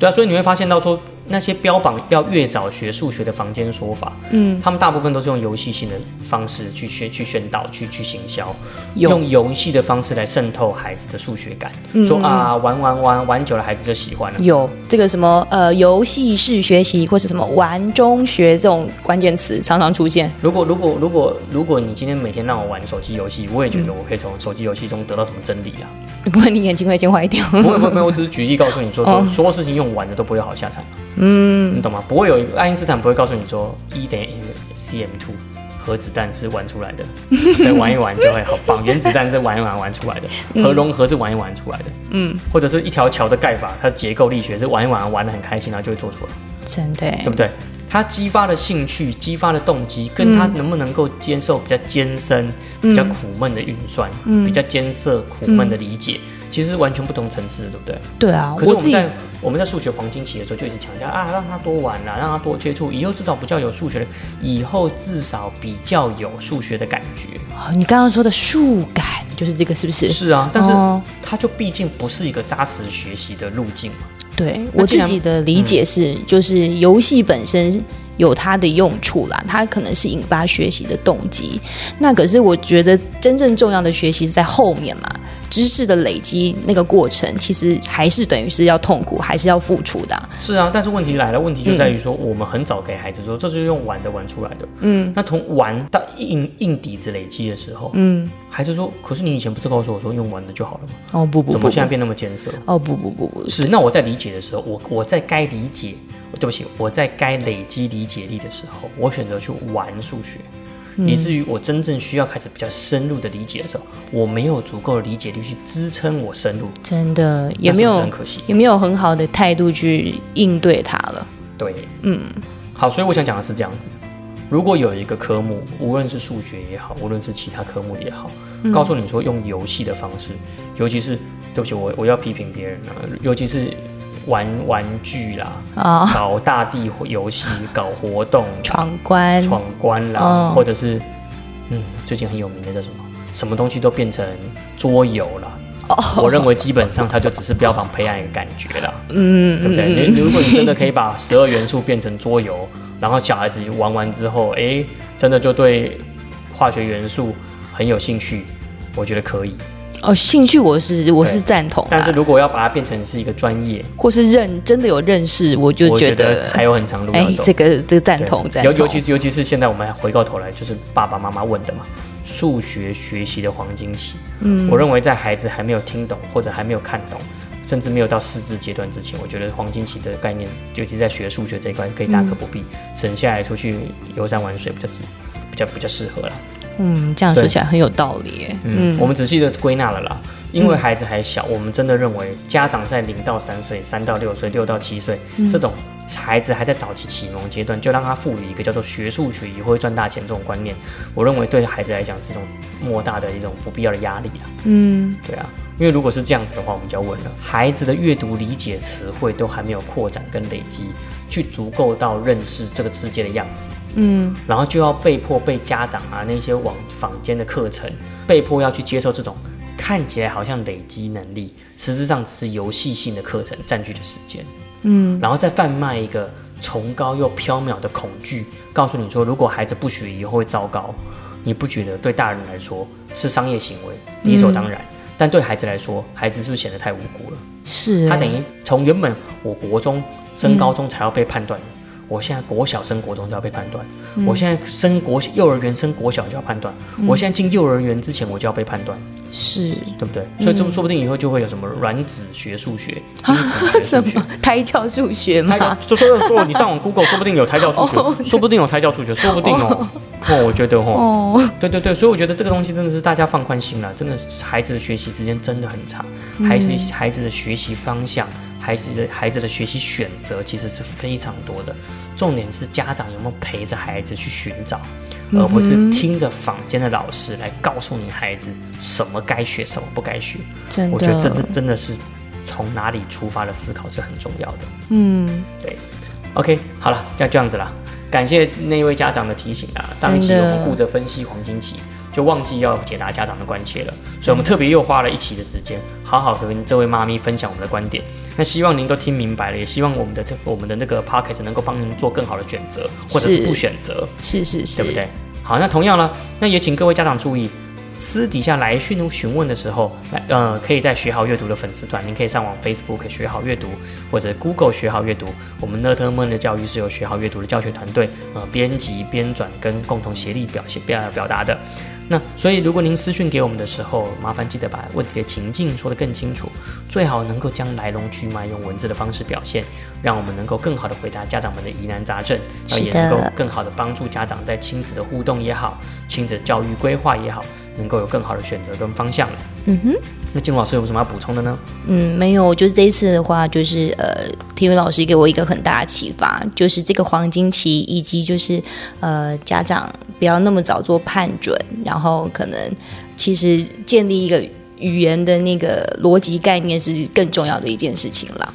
[SPEAKER 3] 对啊，所以你会发现到说那些标榜要越早学数学的房间说法，嗯，他们大部分都是用游戏性的方式去宣去宣导去去行销，
[SPEAKER 1] 有
[SPEAKER 3] 用游戏的方式来渗透孩子的数学感，说啊玩玩玩玩久了孩子就喜欢了，
[SPEAKER 1] 有这个什么呃游戏式学习或是什么玩中学这种关键词常常出现，
[SPEAKER 3] 如果如果如果如果你今天每天让我玩手机游戏，我也觉得我可以从手机游戏中得到什么真理 啊？
[SPEAKER 1] 不然你眼睛会先坏 掉。
[SPEAKER 3] 不会不会，不会我只是举例告诉你说，说所有事情用玩的都不会有好下场。哦嗯，你懂吗？不会有一个爱因斯坦不会告诉你说 E 等于 cm two 核子弹是玩出来 的，对，玩一玩就会好棒。原子弹是玩一玩玩出来的，核融合是玩一玩出来的。嗯，或者是一条桥的盖法，它结构力学是玩一玩玩的很开心，然后就会做出来。
[SPEAKER 1] 真的耶
[SPEAKER 3] 对不对？他激发的兴趣、激发的动机，
[SPEAKER 1] 嗯
[SPEAKER 3] 跟他能不能够接受比较艰深、比较苦闷的运算、
[SPEAKER 1] 嗯
[SPEAKER 3] 比较艰涩、苦闷的理解，其实完全不同层次的，对不对？
[SPEAKER 1] 对啊，
[SPEAKER 3] 可是
[SPEAKER 1] 嗯
[SPEAKER 3] 我
[SPEAKER 1] 自
[SPEAKER 3] 们
[SPEAKER 1] 己
[SPEAKER 3] 在我们在数学黄金期的时候，就一直强调啊，让他多玩啦、让他多接触，以后至少比较有数学的，以后至少比较有数学的感觉。
[SPEAKER 1] 哦你刚刚说的数感就是这个是不是？
[SPEAKER 3] 是啊，但是
[SPEAKER 1] 哦
[SPEAKER 3] 他就毕竟不是一个扎实学习的路径嘛。
[SPEAKER 1] 对
[SPEAKER 3] 那
[SPEAKER 1] 我
[SPEAKER 3] 既
[SPEAKER 1] 自
[SPEAKER 3] 然
[SPEAKER 1] 己的理解是，就是游戏本身有它的用处啦，它可能是引发学习的动机。那可是我觉得真正重要的学习是在后面嘛，知识的累积那个过程，其实还是等于是要痛苦，还是要付出的啊、
[SPEAKER 3] 是啊，但是问题来了，问题就在于说，我们很早给孩子说，这就是用玩的玩出来的。嗯，那从玩到硬硬底子累积的时候，嗯，孩子说，可是你以前不是告诉我说用玩的就好了吗？
[SPEAKER 1] 哦不不
[SPEAKER 3] 怎
[SPEAKER 1] 不
[SPEAKER 3] 么
[SPEAKER 1] 不
[SPEAKER 3] 现在，变那么艰涩？
[SPEAKER 1] 哦不不不不，
[SPEAKER 3] 是，那我在理解的时候，我我在该理解，哦对不起，我在该累积理解力的时候，我选择去玩数学，以至于我真正需要开始比较深入的理解的时候，我没有足够的理解力去支撑我深入，
[SPEAKER 2] 真的也
[SPEAKER 3] 那
[SPEAKER 2] 没
[SPEAKER 3] 是不是
[SPEAKER 2] 有
[SPEAKER 3] 很可惜。
[SPEAKER 2] 也没有很好的态度去应对它了。
[SPEAKER 3] 对，嗯，好，所以我想讲的是这样子：如果有一个科目，无论是数学也好，无论是其他科目也好，告诉你说用游戏的方式，尤其是对不起，我我要批评别人啊，尤其是玩玩具啦，
[SPEAKER 1] 啊
[SPEAKER 3] 搞大地游戏、搞活动、
[SPEAKER 1] 闯关
[SPEAKER 3] 闯关啦，
[SPEAKER 1] 哦
[SPEAKER 3] 或者是嗯，最近很有名的叫什么？什么东西都变成桌游啦。我认为基本上它就只是标榜培养一个感觉啦，嗯，对不对？你如果你真的可以把十二元素变成桌游，然后小孩子玩完之后，哎，真的就对化学元素很有兴趣，我觉得可以。
[SPEAKER 1] 哦，兴趣我是我是
[SPEAKER 3] 对
[SPEAKER 1] 赞同
[SPEAKER 3] 但是
[SPEAKER 1] 的，
[SPEAKER 3] 如果要把它变成是一个专业，
[SPEAKER 1] 或是认真的有认识，我就
[SPEAKER 3] 我
[SPEAKER 1] 觉
[SPEAKER 3] 觉得还有很长路要
[SPEAKER 1] 哎，
[SPEAKER 3] 走
[SPEAKER 1] 这。个这个赞
[SPEAKER 3] 对
[SPEAKER 1] 同赞
[SPEAKER 3] 尤
[SPEAKER 1] 同，
[SPEAKER 3] 尤其是尤其是现在我们回过头来，就是爸爸妈妈问的嘛，数学学习的黄金期。嗯，我认为在孩子还没有听懂或者还没有看懂，甚至没有到识字阶段之前，我觉得黄金期的概念，尤其在学数学
[SPEAKER 1] 嗯
[SPEAKER 3] 这一块，可以大可不必，省下来出去游山玩水比较值，比较比较适合了。
[SPEAKER 2] 嗯，这样说起来很有道理耶。
[SPEAKER 3] 嗯，我们仔细的归纳了啦，因为孩子还小，我们真的认为家长在零到三岁、三到六岁、六到七岁、这种孩子还在早期启蒙阶段，就让他赋予一个叫做学数学以后会赚大钱这种观念，我认为对孩子来讲是一种莫大的一种不必要的压力啊。
[SPEAKER 2] 嗯，
[SPEAKER 3] 对啊，因为如果是这样子的话，我们就要问了，孩子的阅读理解词汇都还没有扩展跟累积，去足够到认识这个世界的样子。嗯，然后就要被迫被家长啊那些网坊间的课程，被迫要去接受这种看起来好像累积能力，实质上只是游戏性的课程占据的时间。嗯，然后再贩卖一个崇高又缥缈的恐惧，告诉你说，如果孩子不学以后会糟糕，你不觉得对大人来说是商业行为理所当然？但对孩子来说，孩子是不是显得太无辜了？
[SPEAKER 2] 是
[SPEAKER 1] 嗯啊
[SPEAKER 2] 耶。
[SPEAKER 3] 他等于从原本我国中升高中才要被判断，我现在国小升国中就要被判断，我现在升国幼儿园升国小就要判断，我现在进幼儿园之前我就要被判断，
[SPEAKER 2] 是
[SPEAKER 3] 对不对？所以这说不定以后就会有什么卵子学数学、精子学
[SPEAKER 2] 什
[SPEAKER 3] 数学
[SPEAKER 2] 么。胎教数学
[SPEAKER 3] 胎教
[SPEAKER 1] 啊
[SPEAKER 2] 吗？
[SPEAKER 3] 就说说你上网 Google，说不定有胎教数学，说不定有胎教数学，说不定哦，哦，我觉得哦，
[SPEAKER 2] 哦，
[SPEAKER 3] 对对对，所以我觉得这个东西真的是大家放宽心了，真的是孩子的学习时间真的很长，孩子孩子的学习方向，孩子的孩子的学习选择其实是非常多的，重点是家长有没有陪着孩子去寻找，而不是听着坊间的老师来告诉你孩子什么该学，什么不该学。
[SPEAKER 2] 真的，
[SPEAKER 3] 我觉得真的真的是从哪里出发的思考是很重要的。
[SPEAKER 2] 嗯，
[SPEAKER 3] 对，OK，好了，就这样子啦。感谢那位家长的提醒啊，上一期
[SPEAKER 2] 真
[SPEAKER 3] 我
[SPEAKER 2] 的
[SPEAKER 3] 们顾着分析黄金期，就忘记要解答家长的关切了，所以我们特别又花了一期的时间，好好跟这位妈咪分享我们的观点。那希望您都听明白了，也希望我们的我们的那个 p o c k e t 能够帮您做更好的选择，或者是
[SPEAKER 2] 是
[SPEAKER 3] 不选择。
[SPEAKER 2] 是是是，
[SPEAKER 3] 对不对？好，那同样呢，那也请各位家长注意，私底下来讯询问的时候，来呃，可以在学好阅读的粉丝团，您可以上网 Facebook 学好阅读，或者 Google 学好阅读。我们乐特梦的教育是由学好阅读的教学团队呃编辑、编转跟共同协力表现表呃表达的。那所以，如果您私讯给我们的时候，麻烦记得把问题的情境说得更清楚，最好能够将来龙去脉用文字的方式表现，让我们能够更好的回答家长们的疑难杂症，那
[SPEAKER 2] 是
[SPEAKER 3] 也能够
[SPEAKER 2] 的
[SPEAKER 3] 更好的帮助家长在亲子的互动也好，亲子教育规划也好，能够有更好的选择跟方向了。
[SPEAKER 2] 嗯哼。
[SPEAKER 3] 那金老师有什么要补充的呢？
[SPEAKER 2] 嗯，没有，就是这一次的话，就是呃，体育老师给我一个很大的启发，就是这个黄金期，以及就是呃，家长不要那么早做判准，然后可能其实建立一个语言的那个逻辑概念是更重要的一件事情了。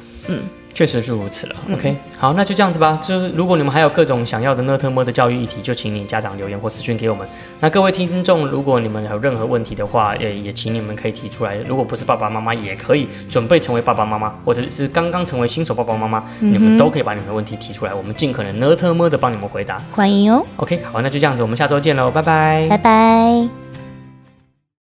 [SPEAKER 3] 确实是如此了。OK，好，那就这样子吧。就是如果你们还有各种想要的呢特么的教育议题，就请你家长留言或私讯给我们。那各位听众，如果你们有任何问题的话，也也请你们可以提出来。如果不是爸爸妈妈，也可以准备成为爸爸妈妈，或者是刚刚成为新手爸爸妈妈，你们都可以把你们的问题提出来，我们尽可能呢特么的帮你们回答。
[SPEAKER 2] 欢迎哦，
[SPEAKER 3] OK，好，那就这样子，我们下周见喽，拜拜。
[SPEAKER 2] 拜拜。